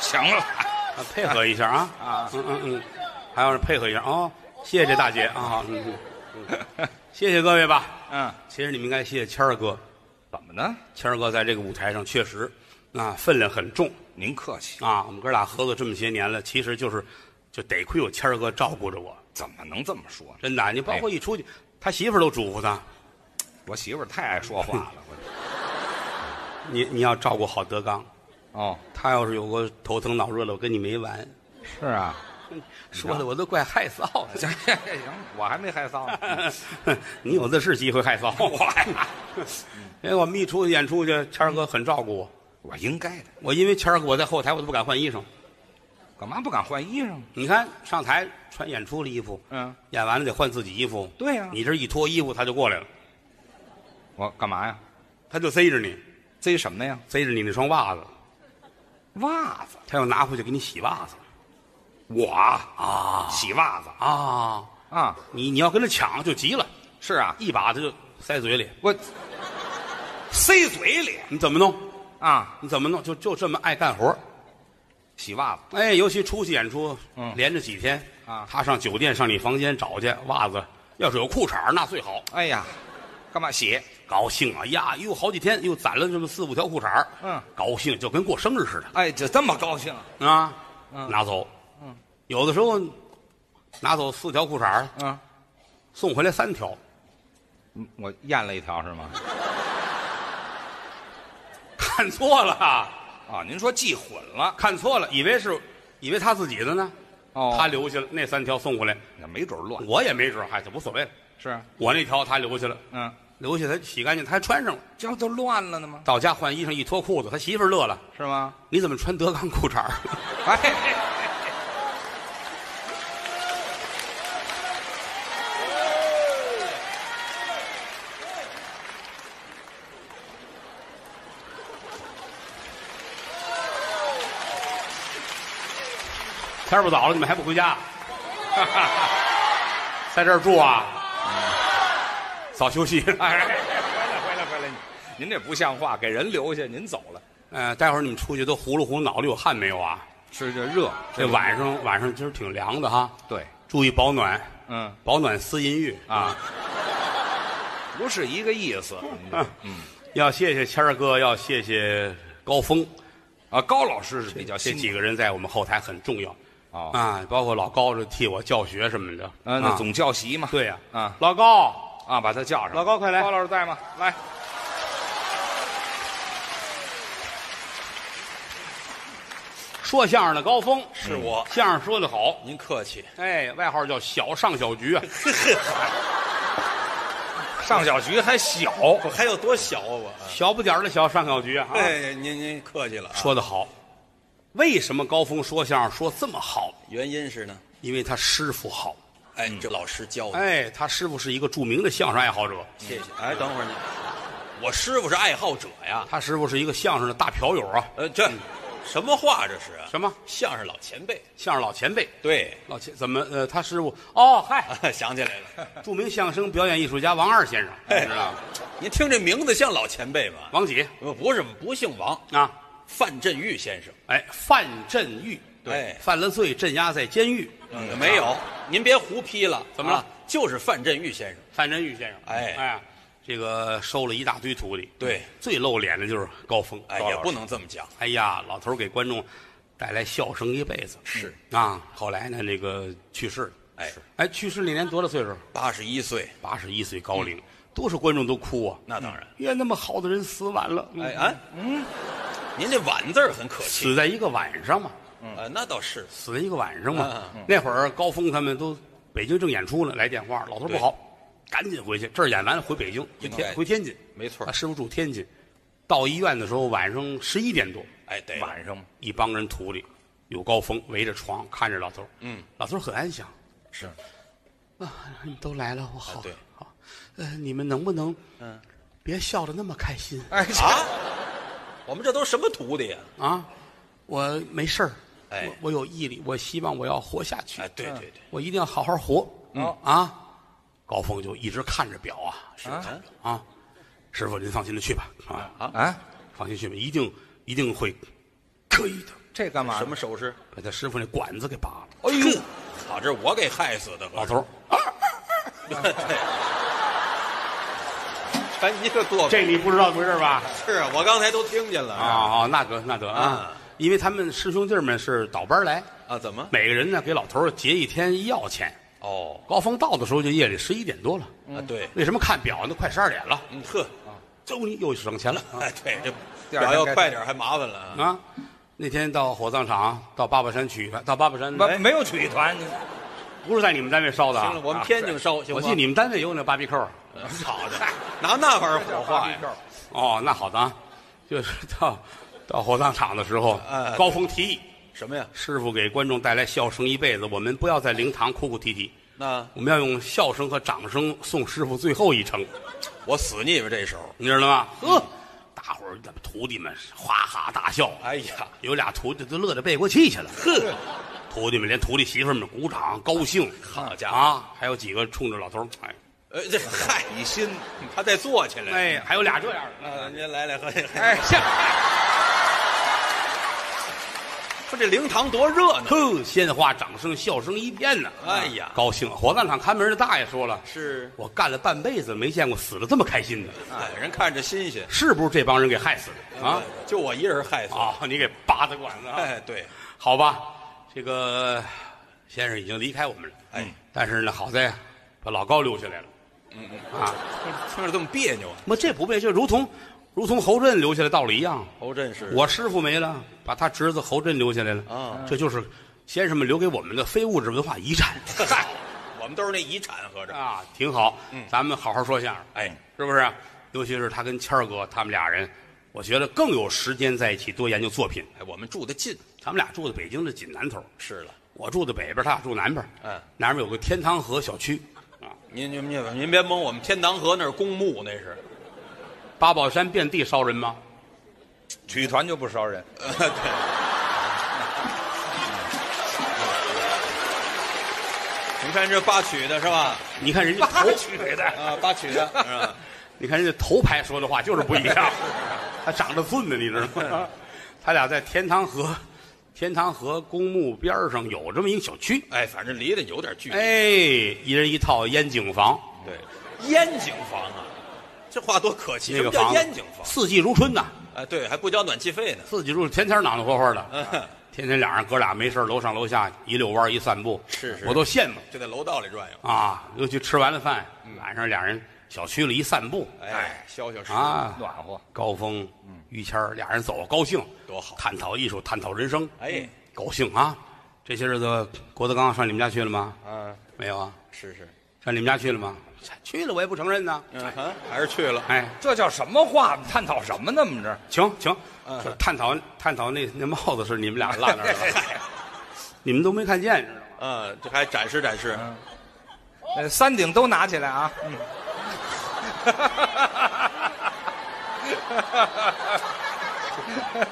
Speaker 2: 行了，
Speaker 1: 啊配合一下啊
Speaker 2: 啊
Speaker 1: 嗯嗯嗯，还要是配合一下啊、谢谢大姐啊，嗯嗯嗯，谢谢各位吧。
Speaker 2: 嗯，
Speaker 1: 其实你们应该谢谢谦儿哥，
Speaker 2: 怎么呢？
Speaker 1: 谦儿哥在这个舞台上确实啊分量很重
Speaker 2: 您客气，
Speaker 1: 啊。我们哥俩合作这么些年了，其实就是就得亏有谦儿哥照顾着我，
Speaker 2: 怎么能这么说呢？
Speaker 1: 真的，啊你包括一出去，他媳妇儿都嘱咐他，
Speaker 2: 我媳妇儿太爱说话了，我
Speaker 1: 你你要照顾好德刚，
Speaker 2: 哦，
Speaker 1: 他要是有个头疼脑热的，我跟你没完。
Speaker 2: 是啊，
Speaker 1: 说的我都怪害臊 的。
Speaker 2: 行行 行，我还没害臊呢。
Speaker 1: 你有的是机会害臊
Speaker 2: 我呀，
Speaker 1: 因为我们一出去演出去，谦儿哥很照顾我。
Speaker 2: 我应该的，
Speaker 1: 我因为谦儿哥我在后台我都不敢换衣裳。
Speaker 2: 干嘛不敢换衣裳？
Speaker 1: 你看上台穿演出的衣服，
Speaker 2: 嗯，
Speaker 1: 演完了得换自己衣服。
Speaker 2: 对啊呀
Speaker 1: 你这一脱衣服他就过来了，
Speaker 2: 我干嘛呀？
Speaker 1: 他就塞着你，
Speaker 2: 这什么呀？
Speaker 1: 塞着你那双袜子，
Speaker 2: 袜子，
Speaker 1: 他要拿回去给你洗袜子
Speaker 2: 我啊，洗袜子
Speaker 1: 啊。
Speaker 2: 啊，
Speaker 1: 你你要跟他抢就急了，
Speaker 2: 是啊，
Speaker 1: 一把他就塞嘴里，
Speaker 2: 我塞嘴里
Speaker 1: 你怎么弄？
Speaker 2: 啊，
Speaker 1: 你怎么弄？就就这么爱干活儿
Speaker 2: 洗袜子，
Speaker 1: 哎，尤其出去演出，
Speaker 2: 嗯
Speaker 1: 连着几天
Speaker 2: 啊
Speaker 1: 他上酒店上你房间找去袜子，要是有裤衩儿那最好，
Speaker 2: 哎呀，干嘛洗？
Speaker 1: 高兴啊呀，又好几天又攒了这么四五条裤衩儿
Speaker 2: 嗯，
Speaker 1: 高兴就跟过生日似
Speaker 2: 哎，这这么高兴啊？嗯
Speaker 1: 的啊，拿走，有的时候拿走四条裤衩儿
Speaker 2: 嗯，
Speaker 1: 送回来三条，
Speaker 2: 我咽了一条是吗？
Speaker 1: 看错了，
Speaker 2: 啊，您说记混了
Speaker 1: 看错了，以为是以为他自己的呢，
Speaker 2: 哦
Speaker 1: 他留下了那三条送回来，
Speaker 2: 那没准儿乱
Speaker 1: 我也没准儿，嗨，哎这无所谓了，
Speaker 2: 是，
Speaker 1: 我那条他留下了，
Speaker 2: 嗯，
Speaker 1: 留下他洗干净，他还穿上了。
Speaker 2: 这不都乱了呢吗？
Speaker 1: 到家换衣裳一脱裤子，他媳妇儿乐了
Speaker 2: 是吗？：“
Speaker 1: 你怎么穿德纲裤衩儿
Speaker 2: 哎，
Speaker 1: 天儿不早了，你们还不回家？ 在这儿住啊？早休息。
Speaker 2: 哎，回来回来回来，您这不像话，给人留下，您走了，
Speaker 1: 呃，待会儿你们出去都糊里糊脑的，有汗没有啊？
Speaker 2: 是这热，
Speaker 1: 这晚上晚上今儿挺凉的哈，
Speaker 2: 对，
Speaker 1: 注意保暖，
Speaker 2: 嗯
Speaker 1: 保暖思淫欲
Speaker 2: 啊，不是一个意思。嗯
Speaker 1: 要谢谢谦儿哥，要谢谢高峰，
Speaker 2: 啊，高老师是比较
Speaker 1: 这
Speaker 2: 辛
Speaker 1: 几
Speaker 2: 苦
Speaker 1: 个人在我们后台很重要
Speaker 2: 哦
Speaker 1: 啊，包括老高这替我教学什么的
Speaker 2: 啊，那总教习嘛，
Speaker 1: 对呀
Speaker 2: 啊
Speaker 1: 老高。
Speaker 2: 啊，把他叫上。
Speaker 1: 老高快来
Speaker 2: 高老师在吗？来，
Speaker 1: 说相声的高峰是
Speaker 3: 我
Speaker 1: 相声说的好，
Speaker 3: 您客气，
Speaker 1: 哎，外号叫小上小局 啊，
Speaker 2: 上小学还小，
Speaker 3: 我 还有多小啊我啊？
Speaker 1: 小不点儿的小上小局啊。
Speaker 3: 哎，您您客气了啊。
Speaker 1: 说的好，为什么高峰说相声说这么好？
Speaker 3: 原因是呢，
Speaker 1: 因为他师傅好，
Speaker 3: 哎，这老师教的。
Speaker 1: 哎，他师傅是一个著名的相声爱好者，
Speaker 3: 谢谢。哎，等会儿你，我师傅是爱好者啊呀。
Speaker 1: 他师傅是一个相声的大嫖友啊，
Speaker 3: 呃，这什么话这是啊？
Speaker 1: 什么
Speaker 3: 相声老前辈？
Speaker 1: 相声老前辈，
Speaker 3: 对，
Speaker 1: 老前怎么呃，他师傅哦嗨，
Speaker 3: 啊想起来 了。
Speaker 1: 著名相声表演艺术家王二先生，
Speaker 3: 哎
Speaker 1: 你知道吗？
Speaker 3: 您听这名字像老前辈吗？
Speaker 1: 王几
Speaker 3: 不不是，不姓王，
Speaker 1: 啊？
Speaker 3: 范振钰先生。
Speaker 1: 哎，范振钰，
Speaker 3: 对
Speaker 1: 犯了罪镇压在监狱，
Speaker 3: 嗯，没有，您别胡批了。
Speaker 1: 怎么了
Speaker 3: 啊就是范振钰先生。
Speaker 1: 范振钰先生，
Speaker 3: 哎
Speaker 1: 哎，这个收了一大堆徒弟，
Speaker 3: 对，
Speaker 1: 最露脸的就是高峰，
Speaker 3: 哎，
Speaker 1: 高老
Speaker 3: 也
Speaker 1: 师
Speaker 3: 不，能这么讲。
Speaker 1: 哎呀，老头儿给观众带来笑声一辈子，
Speaker 3: 是
Speaker 1: 啊，后来呢，那个去世了，
Speaker 3: 哎，
Speaker 1: 哎，去世那年多大岁数？
Speaker 3: 八十一岁，
Speaker 1: 八十一岁高
Speaker 3: 嗯
Speaker 1: 龄，多少观众都哭啊，
Speaker 3: 那当然。
Speaker 1: 呀，那么好的人死晚了，嗯
Speaker 3: 哎啊，嗯，您这晚字儿很可气
Speaker 1: 死在一个晚上嘛，
Speaker 3: 啊，那倒是
Speaker 1: 死在一个晚上嘛
Speaker 3: 嗯，
Speaker 1: 那会儿高峰他们都北京正演出呢，来电话，老头儿不
Speaker 3: 对哎
Speaker 1: 好，赶紧回去，这儿演完了回北京，回
Speaker 3: 应该
Speaker 1: 天回天津。
Speaker 2: 没错
Speaker 4: 啊
Speaker 1: 他。啊师傅住天津，到医院的时候晚上十一点多，
Speaker 3: 哎，对，
Speaker 2: 晚上嘛
Speaker 1: 一帮人徒弟有高峰围着床看着老头嗯，老头儿很安详
Speaker 3: 是
Speaker 1: 啊，你们都来了，我好、
Speaker 3: 啊对
Speaker 1: 好，呃，你们能不能
Speaker 3: 嗯
Speaker 1: 别笑得那么开心
Speaker 2: 哎，
Speaker 3: 啊，我们这都什么徒弟呀？
Speaker 1: 啊？我没事儿，
Speaker 3: 哎
Speaker 1: 我我有毅力，我希望我要活下去，
Speaker 3: 哎，对对对，
Speaker 1: 我一定要好好活，
Speaker 2: 嗯
Speaker 1: 啊。高峰就一直看着表啊，
Speaker 3: 是
Speaker 2: 啊
Speaker 3: 看着
Speaker 1: 啊，师傅您放心的去吧，啊，
Speaker 2: 啊，
Speaker 1: 放心去吧，一定一定会可以的。
Speaker 2: 这干嘛？
Speaker 3: 什么？手势？
Speaker 1: 把他师傅那管子给拔了。
Speaker 3: 哎呦，好，这我给害死的，
Speaker 1: 老
Speaker 3: 可是
Speaker 1: 头儿，
Speaker 3: 哎，你这做
Speaker 1: 这你不知道回事儿吧？
Speaker 3: 是啊，我刚才都听见了
Speaker 1: 啊啊，那得那得啊
Speaker 3: 啊，
Speaker 1: 因为他们师兄弟们是倒班来，
Speaker 3: 啊，怎么？
Speaker 1: 每个人呢给老头儿结一天医药钱，
Speaker 3: 哦，
Speaker 1: 高峰到的时候就夜里十一点多了，
Speaker 3: 啊对，
Speaker 1: 为什么看表呢？快十二点了，
Speaker 3: 嗯呵，
Speaker 1: 周你又省钱了
Speaker 3: 哎对，这
Speaker 4: 第二天
Speaker 3: 表
Speaker 4: 该
Speaker 3: 要快点还麻烦了啊。
Speaker 1: 啊！那天到火葬场，到八宝山取，到八宝山
Speaker 4: 不没有曲艺团，
Speaker 1: 不是在你们呃单位烧的
Speaker 3: 行
Speaker 1: 啊
Speaker 3: 了，。我们天津烧行
Speaker 1: 我
Speaker 3: 吗？
Speaker 1: 记得你们单位有那芭比扣，
Speaker 3: 好的，拿那玩意儿火化呀？
Speaker 1: 哦，那好的啊，就是到到火葬场的时候
Speaker 3: 呃，
Speaker 1: 高峰提议，
Speaker 3: 什么呀？
Speaker 1: 师傅给观众带来笑声一辈子，我们不要在灵堂哭哭啼啼，
Speaker 3: 那
Speaker 1: 我们要用笑声和掌声送师傅最后一程，
Speaker 3: 我死你们这时候。
Speaker 1: 你知道吗？呵，大伙儿徒弟们哈哈大笑，
Speaker 3: 哎呀，
Speaker 1: 有俩徒弟都乐得背过气 去了，
Speaker 3: 哼，
Speaker 1: 徒弟们连徒弟媳妇们鼓掌高兴，
Speaker 3: 好家伙，
Speaker 1: 啊，还有几个冲着老头儿，哎
Speaker 3: 呃，这嗨，你心，他再坐起来。
Speaker 1: 哎，还有俩这样 的，
Speaker 3: 啊，您来来喝。
Speaker 4: 哎，像
Speaker 3: 说这灵堂多热闹。
Speaker 1: 哼，鲜花、掌声、笑声一片呢。啊
Speaker 3: 哎呀
Speaker 1: 高兴！火葬场看门的大爷说了，
Speaker 3: 是，
Speaker 1: 我干了半辈子没见过死的这么开心的，
Speaker 3: 哎，人看着新鲜
Speaker 1: 是不是这帮人给害死的啊？，
Speaker 3: 就我一人 害死。
Speaker 1: 啊，你给扒的管子 啊？
Speaker 3: 哎，对，
Speaker 1: 好吧，这个先生已经离开我们了，
Speaker 3: 哎，
Speaker 1: 但是呢，好在啊把老高留下来了。嗯嗯啊，
Speaker 3: 听着这么别扭啊。
Speaker 1: 那这不被就如同如同侯震留下来道理一样，
Speaker 3: 侯震是
Speaker 1: 我师傅没了，把他侄子侯震留下来了
Speaker 3: 啊
Speaker 1: 这就是先生们留给我们的非物质文化遗产。
Speaker 3: 嗨，我们都是那嗯遗产，合着。
Speaker 1: 啊，挺好。咱们好好说相声，
Speaker 3: 哎，
Speaker 1: 是不是？尤其是他跟谦儿哥他们俩人，我觉得更有时间在一起多研究作品。
Speaker 3: 哎，我们住的近，
Speaker 1: 他们俩住在北京的锦南头，
Speaker 3: 是了。
Speaker 1: 我住在北边，他俩住南边。
Speaker 3: 嗯，
Speaker 1: 南边有个天堂河小区，啊
Speaker 3: 您您您您别蒙，我们天堂河那是公墓，那是。
Speaker 1: 八宝山遍地烧人吗？
Speaker 4: 曲艺团就不烧人，
Speaker 3: 你看这八曲的是吧？
Speaker 1: 你看人 家头，
Speaker 4: 曲的
Speaker 3: 啊，八曲的是吧？
Speaker 1: 你看人家头牌说的话就是不一 样，他长着俊呢，你知道
Speaker 3: 嗯
Speaker 1: 吗？ 他俩在天堂河，天堂河公墓边儿上有这么一个小区，
Speaker 3: 哎，反正离得有点距离。
Speaker 1: 哎，一人一套烟景房，
Speaker 3: 对，烟景房啊，这话多可气！
Speaker 1: 那个
Speaker 3: 什么
Speaker 1: 房
Speaker 3: 叫烟景房？
Speaker 1: 四季如春呐。
Speaker 3: 哎，对，还不交暖气费呢。
Speaker 1: 自己住天天暖暖和和的，
Speaker 3: 嗯，
Speaker 1: 天天俩人哥俩没事儿楼上楼下一遛弯儿一散步，
Speaker 3: 是是
Speaker 1: 我都羡慕
Speaker 3: 就在楼道里转悠。
Speaker 1: 啊！尤其吃完了饭，晚上俩人小区里一散步，
Speaker 3: 哎，消消食。
Speaker 1: 啊，
Speaker 4: 暖和，
Speaker 1: 高峰、于谦儿俩人走高兴，
Speaker 3: 多好
Speaker 1: 探讨艺术，探讨人生，
Speaker 3: 哎，
Speaker 1: 高兴啊！这些日子，郭德纲上你们家去了吗？
Speaker 3: 啊，
Speaker 1: 没有啊？
Speaker 3: 是是，
Speaker 1: 上你们家去了吗？去了，我也不承认呢。
Speaker 3: 嗯哼，还是去了。
Speaker 1: 哎，
Speaker 4: 这叫什么话？探讨什么呢？我们这儿
Speaker 1: 请请
Speaker 3: 嗯，
Speaker 1: 这探讨探讨那那帽子是你们俩落那儿了，
Speaker 3: 嗨
Speaker 1: 你们都没看见，知道吗？
Speaker 3: 嗯，这还展示展
Speaker 1: 啊
Speaker 3: 示。
Speaker 4: 呃三顶都拿起来啊！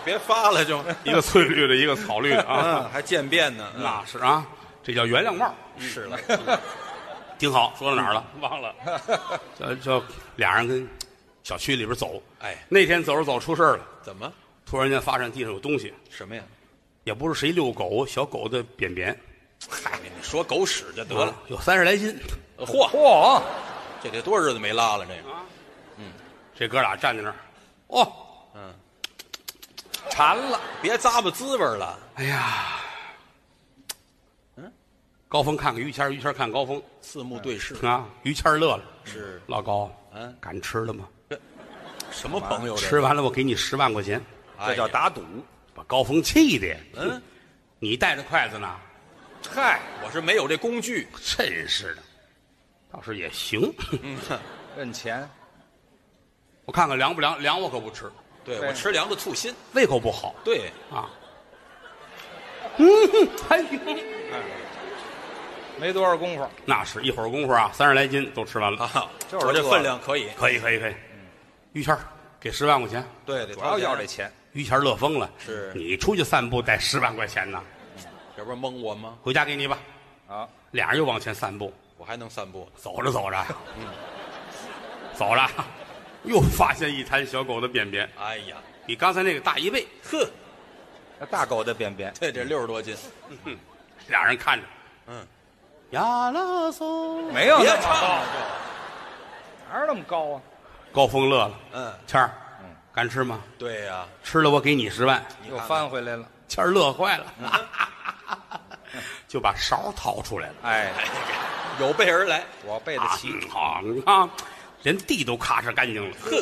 Speaker 3: 别发了就。
Speaker 1: 一个翠绿的，一个草绿的啊。
Speaker 3: 嗯，还渐变呢。嗯
Speaker 1: 那是啊，这叫原谅帽，
Speaker 3: 是了，
Speaker 1: 挺好。说到哪儿了？
Speaker 3: 嗯
Speaker 1: 忘 了。这这俩人跟小区里边走，
Speaker 3: 哎，
Speaker 1: 那天走着走出事儿了，
Speaker 3: 怎么
Speaker 1: 突然间发现地上有东西，
Speaker 3: 什么呀？
Speaker 1: 也不是谁遛狗，小狗的便便
Speaker 3: 嗨，你说狗屎就
Speaker 1: 得
Speaker 3: 得
Speaker 4: 啊
Speaker 3: 了呃
Speaker 1: 了。，有三十来斤。
Speaker 3: 嚯，
Speaker 4: 嚯，啊
Speaker 3: 这得多少日子没拉了？这个
Speaker 1: 这哥俩站在那儿，哦，
Speaker 4: 馋了，
Speaker 3: 别咂巴滋味了。
Speaker 1: 哎呀，高峰看看于谦儿，于谦儿看高峰
Speaker 3: 四目对
Speaker 4: 嗯
Speaker 3: 视
Speaker 1: 啊，于谦儿乐了，
Speaker 3: 是
Speaker 1: 老高，
Speaker 3: 嗯
Speaker 1: 敢吃了吗？
Speaker 3: 什么朋友？
Speaker 1: 吃，完了我给你十万块钱，
Speaker 4: 啊
Speaker 3: 哎呀
Speaker 4: 这叫打赌。
Speaker 1: 把高峰气的呀，
Speaker 3: 嗯，
Speaker 1: 你带着筷子呢？
Speaker 4: 嗨，
Speaker 3: 我是没有这工具。
Speaker 1: 真是的，倒是也行。
Speaker 3: 嗯，
Speaker 4: 认钱，
Speaker 1: 我看看凉不凉，凉我可不吃，
Speaker 3: 对
Speaker 4: 对啊
Speaker 3: 我吃凉的醋心。
Speaker 1: 胃口不好
Speaker 3: 对，
Speaker 1: 啊。 嗯，哎呦，
Speaker 4: 没多少功夫，
Speaker 1: 那是一会儿功夫啊，三十来斤都吃完了，
Speaker 3: 啊，
Speaker 4: 就是
Speaker 3: 我这
Speaker 4: 饿
Speaker 3: 分量可以。
Speaker 1: 可以可以可以。于谦儿给十万块钱，
Speaker 3: 对，得
Speaker 4: 主要要这
Speaker 3: 钱，
Speaker 4: 钱。
Speaker 1: 于谦儿乐疯了。
Speaker 3: 是
Speaker 1: 你出去散步带十万块钱呢，
Speaker 3: 要不然蒙我吗？
Speaker 1: 回家给你吧。
Speaker 4: 啊，
Speaker 1: 俩人又往前散步，
Speaker 3: 我还能散步。
Speaker 1: 走着走着，
Speaker 3: 嗯
Speaker 1: 走着又发现一滩小狗的便便，
Speaker 3: 哎呀，
Speaker 1: 比刚才那个大一倍。
Speaker 3: 呵，
Speaker 4: 那大狗的便便，
Speaker 3: 这得六十多斤。
Speaker 1: 俩人看着，
Speaker 3: 嗯，
Speaker 1: 呀啦嗦，
Speaker 4: 没有
Speaker 3: 别
Speaker 4: 那么
Speaker 3: 唱
Speaker 4: 高，
Speaker 3: 了，
Speaker 4: 哪有那么高啊？
Speaker 1: 高峰乐了。
Speaker 3: 嗯，
Speaker 1: 谦儿，敢吃吗？
Speaker 3: 对呀，
Speaker 1: 吃了我给你十万。
Speaker 3: 你
Speaker 4: 又
Speaker 3: 看看
Speaker 4: 翻回来了。
Speaker 1: 谦儿乐坏了，就把勺掏出来了，
Speaker 4: 哎，
Speaker 3: 有备而来。
Speaker 1: 我背得
Speaker 5: 啊
Speaker 1: 齐。
Speaker 5: 好，你看，连地都咔嚓干净了。
Speaker 3: 呵，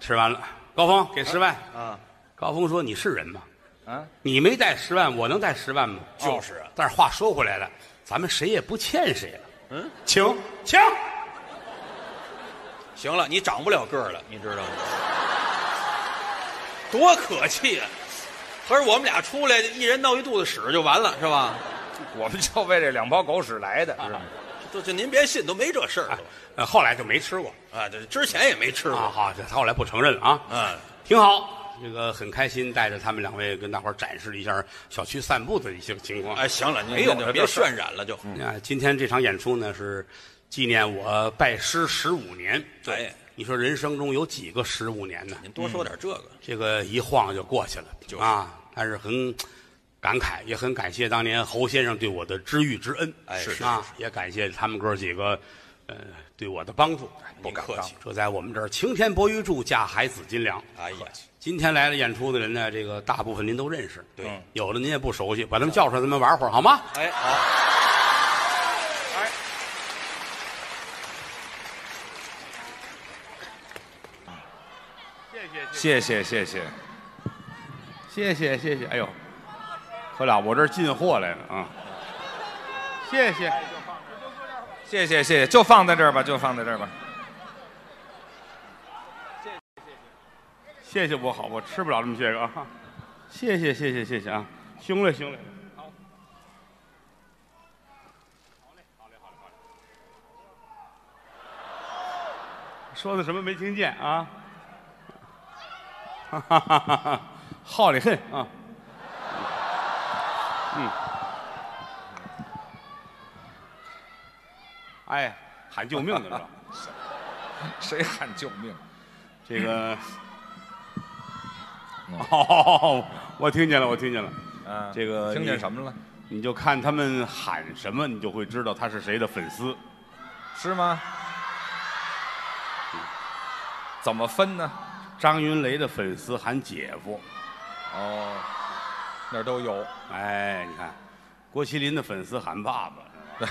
Speaker 5: 吃完了，高峰给十万。
Speaker 1: 啊
Speaker 5: 高峰说：“你是人吗？
Speaker 1: 啊，
Speaker 5: 你没带十万，我能带十万吗？”哦
Speaker 3: 就是啊
Speaker 5: 但是话说回来了，咱们谁也不欠谁了。嗯，请请，
Speaker 3: 行了，你长不了个儿了，你知道吗？多可气啊！合着我们俩出来，一人闹一肚子屎就完了，是吧？
Speaker 1: 我们就为这两包狗屎来的，是吗？
Speaker 3: 就就您别信，都没这事儿
Speaker 1: 哎
Speaker 3: 了
Speaker 5: 呃，后来就没吃过
Speaker 3: 啊！这之前也没吃
Speaker 5: 啊。
Speaker 3: 过，
Speaker 5: 好，这后来不承认了啊。
Speaker 3: 嗯，
Speaker 5: 挺好，这个很开心，带着他们两位跟大伙儿展示了一下小区散步的一些情况。
Speaker 3: 哎，行了，您
Speaker 1: 没有
Speaker 3: 您
Speaker 1: 这
Speaker 3: 别
Speaker 1: 事儿嗯
Speaker 3: 渲染了就，
Speaker 5: 啊，今天这场演出呢是纪念我拜师十五年。
Speaker 3: 哎，
Speaker 5: 你说人生中有几个十五年呢？
Speaker 3: 您多
Speaker 1: 嗯
Speaker 3: 说点这个。
Speaker 5: 这个一晃就过去了，
Speaker 3: 就是
Speaker 5: 啊，但是很感慨，也很感谢当年侯先生对我的知遇之恩，
Speaker 3: 哎是
Speaker 5: 啊，也感谢他们哥几个，呃，对我的帮助，哎
Speaker 3: 不客气
Speaker 5: 这在我们这儿晴天博玉柱，架海紫金梁。
Speaker 3: 哎呀，
Speaker 5: 今天来了演出的人呢，这个大部分您都认识，
Speaker 3: 对嗯
Speaker 5: 有的您也不熟悉，把他们叫出来，咱们玩会儿好吗？
Speaker 3: 哎，好，
Speaker 1: 谢谢谢谢，谢谢谢谢，哎呦，何老，我这儿进货来了啊！谢谢，谢谢谢谢，就放在这儿吧，就放在这儿吧。谢谢谢谢我好，我吃不了这么些个啊！ 谢谢谢谢谢谢啊，行了行了。说的什么没听见啊？ 哈哈哈哈哈，好的很啊。嗯。哎，喊救命的是吧？
Speaker 2: 谁喊救命？
Speaker 1: 这个。 哦，我听见了，我听见了。
Speaker 2: 啊
Speaker 1: 这个
Speaker 2: 听
Speaker 1: 你
Speaker 2: 见什么了？
Speaker 1: 你就看他们喊什么，你就会知道他是谁的粉丝。
Speaker 2: 是吗？怎么分呢？
Speaker 1: 张云雷的粉丝喊姐夫，
Speaker 2: 哦，那儿 都有。
Speaker 1: 哎，你看，郭麒麟的粉丝喊爸爸，
Speaker 2: 对，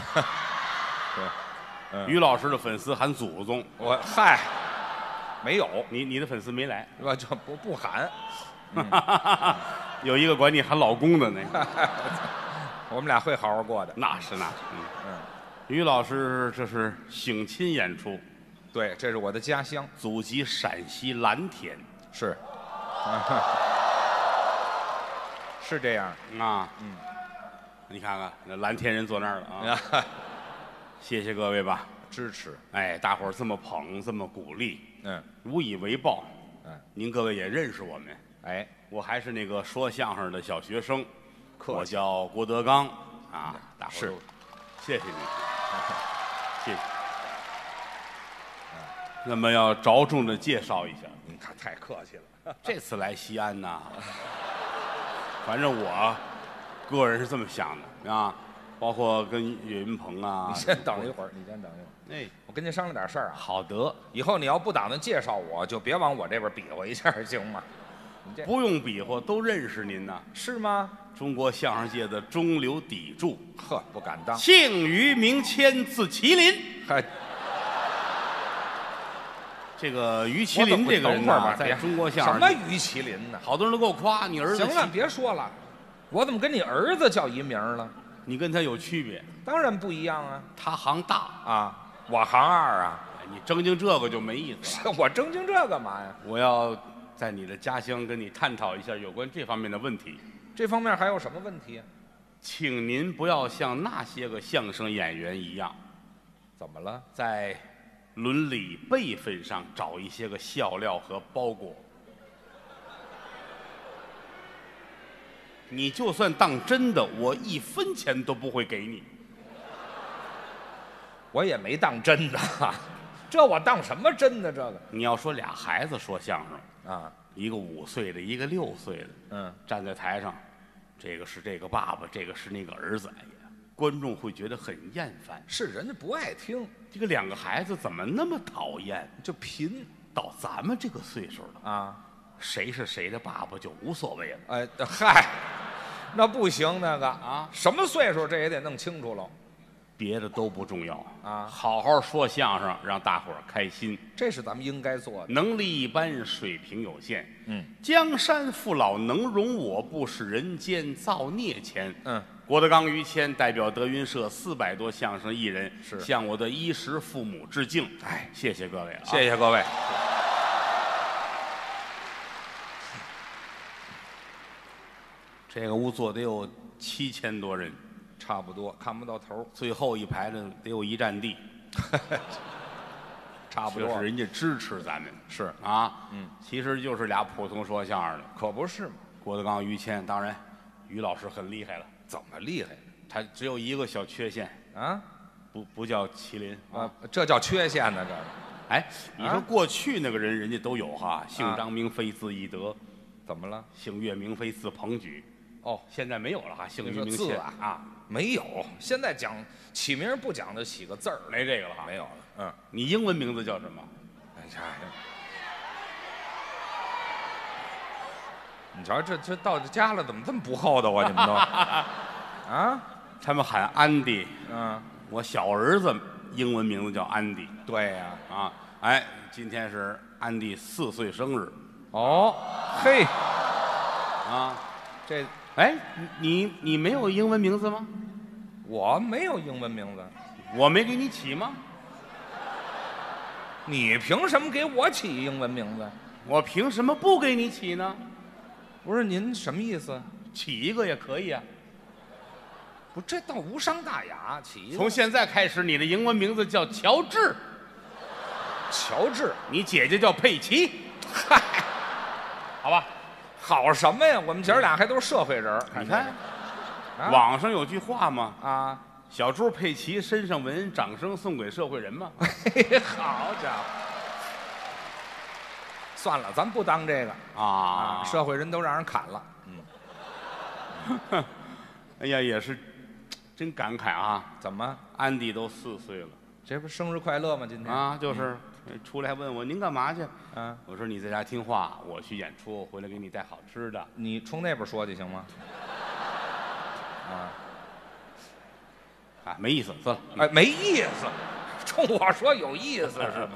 Speaker 2: 嗯
Speaker 1: 于老师的粉丝喊祖宗。
Speaker 2: 我嗨，没有，
Speaker 1: 你你的粉丝没来，
Speaker 2: 我就不不喊。
Speaker 1: 有一个管你喊老公的那个，
Speaker 2: 我们俩会好好过的。
Speaker 1: 那是那是。嗯
Speaker 2: 嗯，
Speaker 1: 于老师这是省亲演出，
Speaker 2: 对，这是我的家乡，
Speaker 1: 祖籍陕西蓝田
Speaker 2: 是， 是这样。
Speaker 1: 啊。
Speaker 2: 嗯，
Speaker 1: 你看看那蓝田人坐那儿了啊，谢谢各位吧。
Speaker 2: 支持。
Speaker 1: 哎，大伙儿这么捧，这么鼓励，
Speaker 2: 嗯
Speaker 1: 无以为报。
Speaker 2: 嗯，
Speaker 1: 您各位也认识我们，
Speaker 2: 哎，
Speaker 1: 我还是那个说相声的小学生，
Speaker 2: 客气嗯
Speaker 1: 我叫郭德纲啊。大伙儿
Speaker 2: 是
Speaker 1: 都谢谢 你，谢谢。
Speaker 2: 嗯
Speaker 1: 那么要着重的介绍一下，
Speaker 2: 您看太客气了。
Speaker 1: 这次来西安呐，反正我个人是这么想的啊，包括跟岳云鹏啊
Speaker 2: 你，先等一会儿，你先等一会儿，
Speaker 1: 哎，
Speaker 2: 我跟您商量点事儿啊。
Speaker 1: 好得，
Speaker 2: 以后你要不打算介绍我，就别往我这边比划一下，行吗？你这
Speaker 1: 不用比划，都认识您呐，
Speaker 2: 是吗？
Speaker 1: 中国相声界的中流砥柱，
Speaker 2: 呵，不敢 当。
Speaker 1: 姓于名谦，字麒麟。
Speaker 2: 嗨，
Speaker 1: 这个于麒麟这个人
Speaker 2: 等会儿
Speaker 1: 呐，
Speaker 2: 吧，
Speaker 1: 在
Speaker 2: 别
Speaker 1: 中国
Speaker 2: 什
Speaker 1: 相
Speaker 2: 么
Speaker 1: 声，
Speaker 2: 于麒麟呢？
Speaker 1: 好多人都给我夸你儿子
Speaker 2: 行
Speaker 1: 麒，
Speaker 2: 了，别说了，我怎么跟你儿子叫一名了？
Speaker 1: 你跟他有区别，
Speaker 2: 当然不一样啊！
Speaker 1: 他行大，
Speaker 2: 啊，我行二啊，
Speaker 1: 哎你争经这个就没意思了。
Speaker 2: 这我正经这干嘛呀？
Speaker 1: 我要在你的家乡跟你探讨一下有关这方面的问题。
Speaker 2: 这方面还有什么问题啊？
Speaker 1: 请您不要像那些个相声演员一样，
Speaker 2: 怎么了？
Speaker 1: 在伦理辈分上找一些个笑料和包裹。你就算当真的，我一分钱都不会给你。
Speaker 2: 我也没当真的，这我当什么真的？这个
Speaker 1: 你要说俩孩子说相声，
Speaker 2: 啊，
Speaker 1: 一个五岁的，一个六岁的，
Speaker 2: 嗯，
Speaker 1: 站在台上，这个是这个爸爸，这个是那个儿子，哎呀，观众会觉得很厌烦。
Speaker 2: 是人家不爱听，
Speaker 1: 这个两个孩子怎么那么讨厌？
Speaker 2: 就贫
Speaker 1: 到咱们这个岁数了，
Speaker 2: 啊。
Speaker 1: 谁是谁的爸爸就无所谓了。
Speaker 2: 哎， 嗨，那不行，那个
Speaker 1: 啊
Speaker 2: 什么岁数这也得弄清楚喽。
Speaker 1: 别的都不重要
Speaker 2: 啊
Speaker 1: 好好说相声，让大伙儿开心。
Speaker 2: 这是咱们应该做的。
Speaker 1: 能力一般，水平有限。
Speaker 2: 嗯，
Speaker 1: 江山父老能容我，不使人间造孽钱。
Speaker 2: 嗯，
Speaker 1: 郭德纲、于谦代表德云社四百多相声艺人，
Speaker 2: 是
Speaker 1: 向我的衣食父母致敬。哎，谢谢各位了、啊，
Speaker 4: 谢谢各位。
Speaker 1: 这个屋坐得有七千多人，
Speaker 2: 差不多看不到头儿，
Speaker 1: 最后一排的得有一站 地，
Speaker 2: 差不
Speaker 1: 就
Speaker 2: 多
Speaker 1: 是人家支持咱们
Speaker 2: 是
Speaker 1: 啊。嗯，其实就是俩普通说相声的，
Speaker 2: 可不是嘛？
Speaker 1: 郭德纲、于谦，当然，于老师很厉害了，
Speaker 2: 怎么厉害
Speaker 1: 他只有一个小缺陷，
Speaker 2: 啊？
Speaker 1: 不不叫麒麟
Speaker 2: 啊，这叫缺陷呢，这是
Speaker 1: 哎，你说过去那个人，人家都有哈，姓
Speaker 2: 啊
Speaker 1: 张名飞字翼德，
Speaker 2: 怎么了？
Speaker 1: 姓岳名飞字鹏举，
Speaker 2: 哦，
Speaker 1: 现在没有了哈，姓
Speaker 2: 你
Speaker 1: 于
Speaker 2: 说
Speaker 1: 名
Speaker 2: 字
Speaker 1: 谦
Speaker 2: 啊
Speaker 1: 啊，
Speaker 2: 没有，现在讲起名不讲究起个字儿
Speaker 1: 没这个了哈
Speaker 2: 没有了。嗯，
Speaker 1: 你英文名字叫什么？
Speaker 2: 哎呀，你瞧这这到家了怎么这么不厚道啊？你们都啊，
Speaker 1: 他们喊安迪，
Speaker 2: 嗯，
Speaker 1: 我小儿子英文名字叫安迪
Speaker 2: 对呀、
Speaker 1: 啊，哎，今天是安迪四岁生日
Speaker 2: 哦，嘿，
Speaker 1: 啊，
Speaker 2: 这
Speaker 1: 哎，你你你没有英文名字吗？
Speaker 2: 我没有英文名字，
Speaker 1: 我没给你起吗？
Speaker 2: 你凭什么给我起英文名字？
Speaker 1: 我凭什么不给你起呢？
Speaker 2: 不是您什么意思？
Speaker 1: 起一个也可以啊。
Speaker 2: 不，这倒无伤大雅，起一个
Speaker 1: 从现在开始，你的英文名字叫乔治，
Speaker 2: 乔治，
Speaker 1: 你姐姐叫佩奇。
Speaker 2: 嗨，
Speaker 1: 好吧，
Speaker 2: 好什么呀？我们姐儿俩还都是社会人儿，
Speaker 1: 嗯你看，
Speaker 2: 啊
Speaker 1: 网上有句话嘛，
Speaker 2: 啊，
Speaker 1: 小猪佩奇身上纹，掌声送给社会人嘛。
Speaker 2: 嘿嘿好家伙！算了，咱不当这个
Speaker 1: 啊
Speaker 2: 社会人都让人砍了。嗯，
Speaker 1: 哎呀，也是，真感慨啊！
Speaker 2: 怎么？
Speaker 1: 安迪都四岁了
Speaker 2: 这不是生日快乐吗？今天
Speaker 1: 啊，就是出来问我您干嘛去？
Speaker 2: 啊，
Speaker 1: 我说你在家听话，我去演出，回来给你带好吃的。
Speaker 2: 你冲那边说去行吗？啊，
Speaker 1: 啊，没意思，算了。
Speaker 2: 哎，没意思，冲我说有意思是 吗？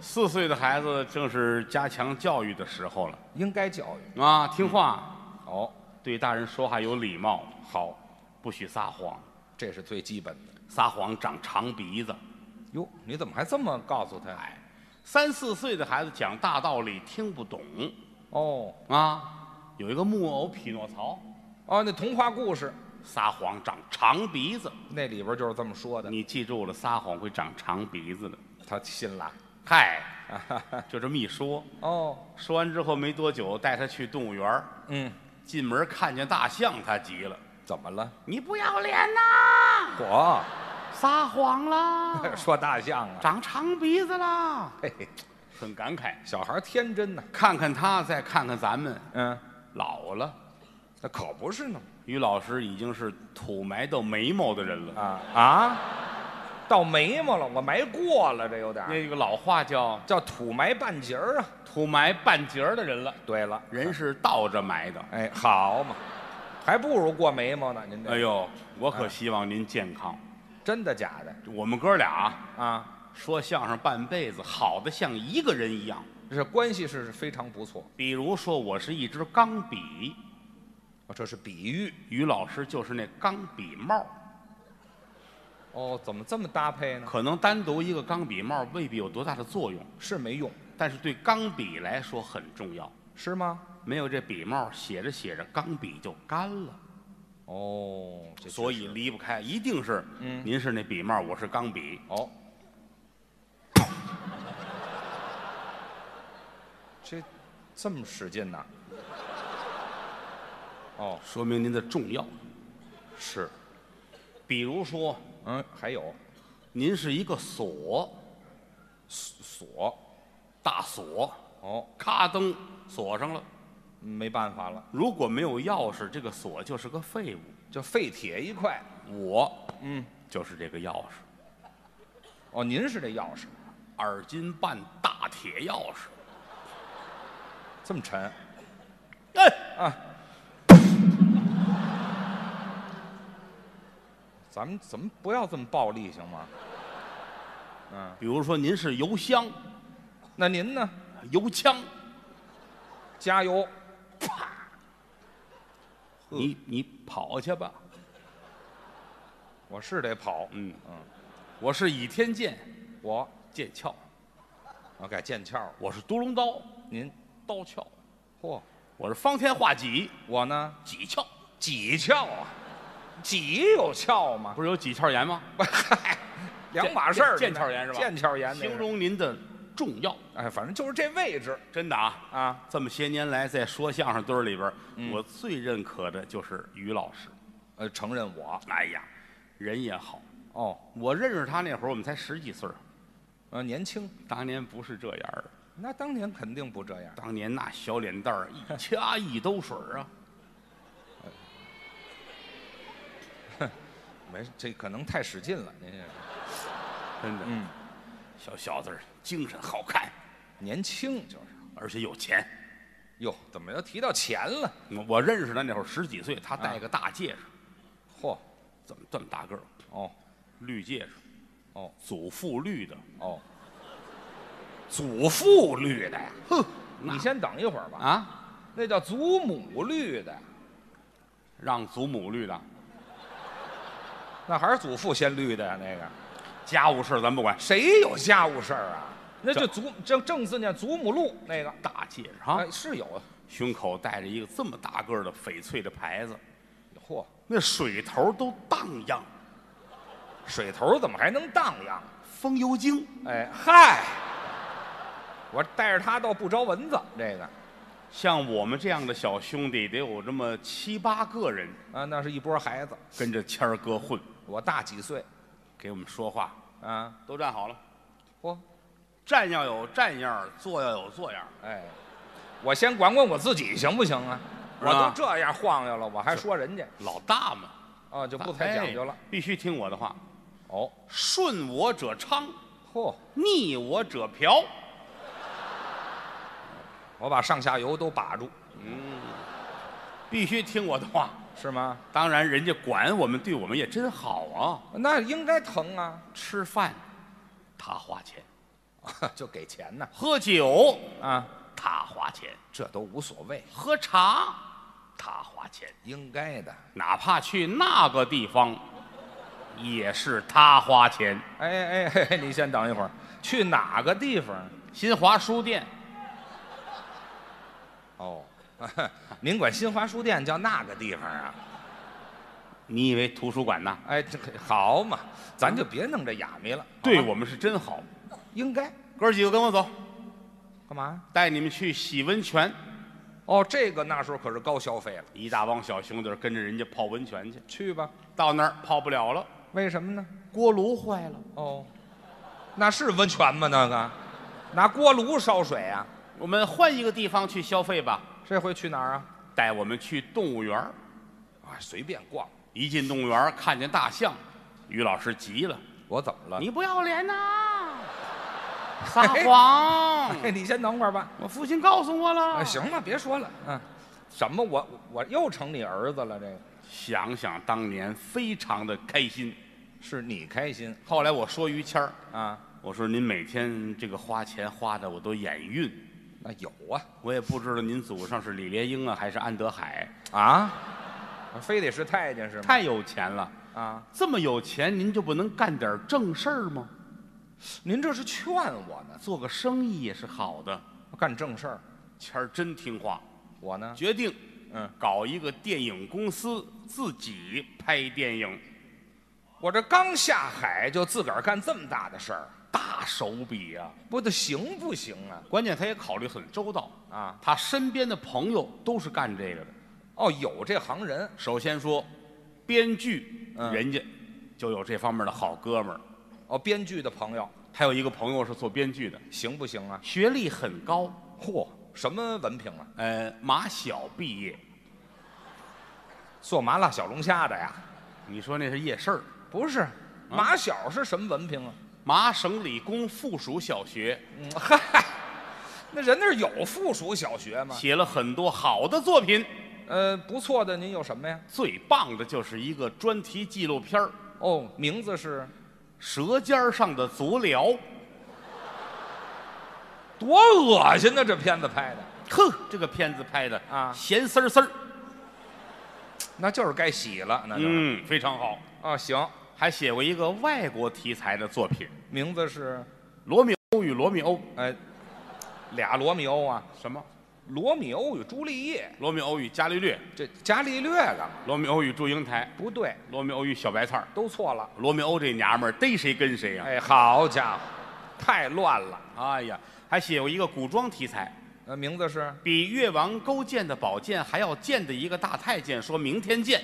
Speaker 1: 四岁的孩子正是加强教育的时候了
Speaker 2: 应该教育。
Speaker 1: 啊，听话，
Speaker 2: 哦，
Speaker 1: 对大人说话有礼貌，好，不许撒谎，
Speaker 2: 这是最基本的。
Speaker 1: 撒谎长长鼻子。
Speaker 2: 哟，你怎么还这么告诉他？
Speaker 1: 哎，三四岁的孩子讲大道理听不懂
Speaker 2: 哦，
Speaker 1: 啊。有一个木偶匹诺曹，
Speaker 2: 哦，那童话故事
Speaker 1: 撒谎长长鼻子，
Speaker 2: 那里边就是这么说的。
Speaker 1: 你记住了，撒谎会长长鼻子的。
Speaker 2: 他信了。
Speaker 1: 嗨，就这么一说，
Speaker 2: 哦，
Speaker 1: 说完之后没多久，带他去动物园儿
Speaker 2: 嗯，
Speaker 1: 进门看见大象，他急了
Speaker 2: 怎么了？：“哦
Speaker 1: 你不要脸呐！
Speaker 2: 我，
Speaker 1: 撒谎啦
Speaker 2: 说大象啊，
Speaker 1: 长长鼻子啦！”
Speaker 2: 嘿嘿，
Speaker 1: 很感慨。
Speaker 2: 小孩天真呐、
Speaker 1: 看看他，再看看咱们，
Speaker 2: 嗯，
Speaker 1: 老了，
Speaker 2: 那可不是呢。
Speaker 1: 于老师已经是土埋到眉毛的人了。
Speaker 2: 啊啊，到眉毛了，我埋过了，这有点儿
Speaker 1: 那个老话叫
Speaker 2: 叫土埋半截儿啊。
Speaker 1: “土埋半截儿的人了
Speaker 2: 对了”，，
Speaker 1: 人是倒着埋的。
Speaker 2: 哎，好嘛，还不如过眉毛呢。您这、
Speaker 1: 哎呦，我可希望您健康。
Speaker 2: 真的假的
Speaker 1: 我们哥俩啊
Speaker 2: 啊？
Speaker 1: 说相声半辈子，好的像一个人一样。
Speaker 2: 这关系是非常不错，
Speaker 1: 比如说，我是一支钢笔，
Speaker 2: 哦这是比喻
Speaker 1: 于老师就是那钢笔帽。
Speaker 2: 哦。怎么这么搭配呢？
Speaker 1: 可能单独一个钢笔帽未必有多大的作用，
Speaker 2: 是没用
Speaker 1: 但是对钢笔来说很重要。
Speaker 2: 是吗？
Speaker 1: 没有这笔帽，写着写着钢笔就干了，
Speaker 2: 哦，这确
Speaker 1: 所以
Speaker 2: 实
Speaker 1: 离不开，一定是，
Speaker 2: 嗯
Speaker 1: 您是那笔帽，我是钢笔，
Speaker 2: 哦， 这这么使劲呐、哦，
Speaker 1: 说明您的重要。
Speaker 2: 是，
Speaker 1: 比如说，
Speaker 2: 嗯，还有
Speaker 1: 您是一个锁，
Speaker 2: 锁，
Speaker 1: 大锁，
Speaker 2: 哦，
Speaker 1: 咔噔锁上了，
Speaker 2: 没办法了，
Speaker 1: 如果没有钥匙，这个锁就是个废物。
Speaker 2: 就废铁一块。
Speaker 1: 我
Speaker 2: 嗯，
Speaker 1: 就是这个钥匙，
Speaker 2: 哦，您是这钥匙，
Speaker 1: 二斤半大铁钥匙。
Speaker 2: 这么沉
Speaker 1: 哎，
Speaker 2: 啊？咱咱们怎么不要这么暴力行吗？
Speaker 1: 比如说您是油箱、
Speaker 2: 那您呢？
Speaker 1: 油枪，
Speaker 2: 加油！
Speaker 1: 你你跑去吧。
Speaker 2: 我是得跑，
Speaker 1: 嗯我是倚天剑，
Speaker 2: 我
Speaker 1: 剑鞘；
Speaker 2: 我改剑鞘了。
Speaker 1: 我是独龙刀，
Speaker 2: 您，
Speaker 1: 刀鞘；
Speaker 2: 嚯、
Speaker 1: 我是方天画戟，
Speaker 2: 我呢？
Speaker 1: 戟鞘。
Speaker 2: 几窍啊？几有窍吗？
Speaker 1: 不是有几窍炎吗？
Speaker 2: 不是，嗨，两码事儿。
Speaker 1: 腱腱鞘炎是吧
Speaker 2: 腱鞘炎，
Speaker 1: 形。容您的重要，
Speaker 2: 哎，反正就是这位置
Speaker 1: 真的啊。
Speaker 2: 啊。嗯
Speaker 1: 这么些年来，在说相声堆儿里边儿，我最认可的就是于老师。
Speaker 2: 呃，承认我
Speaker 1: 哎呀，人也好。
Speaker 2: 哦，
Speaker 1: 我认识他那会儿，我们才十几岁儿
Speaker 2: 呃，年轻。
Speaker 1: 当年不是这样儿，
Speaker 2: 那当年肯定不这样。
Speaker 1: 当年那小脸蛋儿一掐一兜水儿啊，
Speaker 2: 没事，这可能太使劲了。您这是
Speaker 1: 真的。
Speaker 2: 嗯，
Speaker 1: 小小子儿精神好看，
Speaker 2: 年轻就是。
Speaker 1: 而且有钱。
Speaker 2: 哟，怎么又提到钱了？
Speaker 1: 我我认识他那会儿十几岁，他戴个大戒指，
Speaker 2: 嚯，
Speaker 1: 怎么这么大个儿？
Speaker 2: 哦
Speaker 1: 绿戒指，
Speaker 2: 哦
Speaker 1: 祖父绿的，
Speaker 2: 哦，
Speaker 1: 祖父绿的呀。哼，
Speaker 2: 你先等一会儿吧。
Speaker 1: 啊，
Speaker 2: 那叫祖母绿的，
Speaker 1: 让祖母绿的，
Speaker 2: 那还是祖父先绿的呀、那个
Speaker 1: 家务事儿咱不管。
Speaker 2: 谁有家务事儿啊？那就祖正正字念祖母绿那个
Speaker 1: 大戒指哈
Speaker 2: 哎，是有。
Speaker 1: 胸口带着一个这么大个儿的翡翠的牌子，
Speaker 2: 嚯，
Speaker 1: 那水头都荡漾。
Speaker 2: 水头怎么还能荡漾？啊
Speaker 1: 风油精，
Speaker 2: 哎嗨， 我带着它倒不招蚊子。这个
Speaker 1: 像我们这样的小兄弟，得有这么七八个人
Speaker 2: 啊，那是一波孩子，
Speaker 1: 跟着谦儿哥混，
Speaker 2: 我大几岁
Speaker 1: 给我们说话。
Speaker 2: 啊？
Speaker 1: 都站好了，
Speaker 2: 嚯，
Speaker 1: 站要有站样儿，坐要有坐样儿。
Speaker 2: 哎，我先管管我自己行不行啊？
Speaker 1: 是
Speaker 2: 我
Speaker 1: 吧
Speaker 2: 都这样晃悠了，我还说人家
Speaker 1: 老大嘛，
Speaker 2: 啊，就不太讲究了
Speaker 1: 哎。必须听我的话。
Speaker 2: 哦，
Speaker 1: 顺我者昌，
Speaker 2: 嚯，
Speaker 1: 逆我者嫖。
Speaker 2: 我把上下游都把住，
Speaker 1: 必须听我的话。
Speaker 2: 是吗？
Speaker 1: 当然，人家管我们，对我们也真好啊。
Speaker 2: 那应该疼啊，
Speaker 1: 吃饭，他花钱；
Speaker 2: 就给钱呢
Speaker 1: 喝酒，
Speaker 2: 啊，
Speaker 1: 他花钱；
Speaker 2: 这都无所谓，
Speaker 1: 喝茶，他花钱。
Speaker 2: 应该的。
Speaker 1: 哪怕去那个地方，也是他花钱。
Speaker 2: 哎哎嘿嘿，你先等一会儿，去哪个地方？
Speaker 1: 新华书店，
Speaker 2: 哦，您管新华书店叫那个地方啊？
Speaker 1: 你以为图书馆呢？
Speaker 2: 哎，这个好嘛，咱就别弄这哑谜了。
Speaker 1: 对
Speaker 2: 好吧
Speaker 1: 我们是真好。
Speaker 2: 应该
Speaker 1: 哥儿几个跟我走，
Speaker 2: 干嘛？
Speaker 1: 带你们去洗温泉。
Speaker 2: 哦，这个那时候可是高消费了，
Speaker 1: 一大帮小兄弟儿跟着人家泡温泉去，
Speaker 2: 去吧。
Speaker 1: 到那儿泡不了了，
Speaker 2: 为什么呢？
Speaker 1: 锅炉坏了。
Speaker 2: 哦，那是温泉吗？那个，拿锅炉烧水啊？
Speaker 1: 我们换一个地方去消费吧。
Speaker 2: 这回去哪儿啊？
Speaker 1: 带我们去动物园儿
Speaker 2: 啊，随便逛。
Speaker 1: 一进动物园儿看见大象，于老师急了
Speaker 2: 我怎么了：“？
Speaker 1: 你不要脸呐！ 撒谎！
Speaker 2: 哎，你先等会儿吧。
Speaker 1: 我父亲告诉我了。
Speaker 2: 啊，行了，别说了。嗯，什么我我又成你儿子了？这个
Speaker 1: 想想当年，非常的开心。
Speaker 2: 是你开心
Speaker 1: 后来我说于谦儿，
Speaker 2: 啊？
Speaker 1: 我说您每天这个花钱花的我都眼晕，
Speaker 2: 那有啊
Speaker 1: 我也不知道您祖上是李莲英啊还是安德海，
Speaker 2: 啊，非得是太监是吗？
Speaker 1: 太有钱了。
Speaker 2: 啊，
Speaker 1: 这么有钱，您就不能干点正事儿吗？
Speaker 2: 您这是劝我呢，
Speaker 1: 做个生意也是好的。
Speaker 2: 干正事儿。
Speaker 1: 谦儿真听话，
Speaker 2: 我呢，
Speaker 1: 决定，
Speaker 2: 嗯，
Speaker 1: 搞一个电影公司，自己拍电影，
Speaker 2: 我这刚下海就自个儿干这么大的事儿，
Speaker 1: 大手笔啊！
Speaker 2: 不得行不行啊？
Speaker 1: 关键他也考虑很周到
Speaker 2: 啊，
Speaker 1: 他身边的朋友都是干这个的。
Speaker 2: 哦，有这行人
Speaker 1: 首先说，编剧，
Speaker 2: 嗯
Speaker 1: 人家就有这方面的好哥们儿。
Speaker 2: 哦，编剧的朋友
Speaker 1: 他有一个朋友是做编剧的，
Speaker 2: 行不行啊？
Speaker 1: 学历很高，
Speaker 2: 嚯，什么文凭啊？
Speaker 1: 呃，马小毕业。
Speaker 2: 做麻辣小龙虾的呀？
Speaker 1: 你说那是夜市儿？
Speaker 2: 不是，马小是什么文凭啊？
Speaker 1: 麻省理工附属小学
Speaker 2: 嗯嗨，那人那儿有附属小学吗？
Speaker 1: 写了很多好的作品，
Speaker 2: 呃，不错的，您有什么呀？
Speaker 1: 最棒的就是一个专题纪录片儿
Speaker 2: 哦，名字是
Speaker 1: 舌尖儿上的足疗，
Speaker 2: 多恶心呢！这片子拍的，
Speaker 1: 呵，这个片子拍的
Speaker 2: 啊
Speaker 1: 咸丝儿丝儿，
Speaker 2: 那就是该洗了，那就是。
Speaker 1: 嗯，非常好。
Speaker 2: 哦，行，
Speaker 1: 还写过一个外国题材的作品《
Speaker 2: 名字是
Speaker 1: 罗密欧与罗密欧》，
Speaker 2: 哎，俩罗密欧啊，
Speaker 1: 什么？
Speaker 2: 罗密欧与朱丽叶，
Speaker 1: 罗密欧与伽利略，
Speaker 2: 这伽利略干嘛？
Speaker 1: 罗密欧与祝英台，
Speaker 2: 不对，
Speaker 1: 罗密欧与小白菜儿。
Speaker 2: 都错了。
Speaker 1: 罗密欧这娘们儿逮谁跟谁呀、
Speaker 2: 哎，好家伙，太乱了。
Speaker 1: 哎呀，还写过一个古装题材，
Speaker 2: 呃，名字是
Speaker 1: 比越王勾践的宝剑还要贱的一个大太监，说明天见。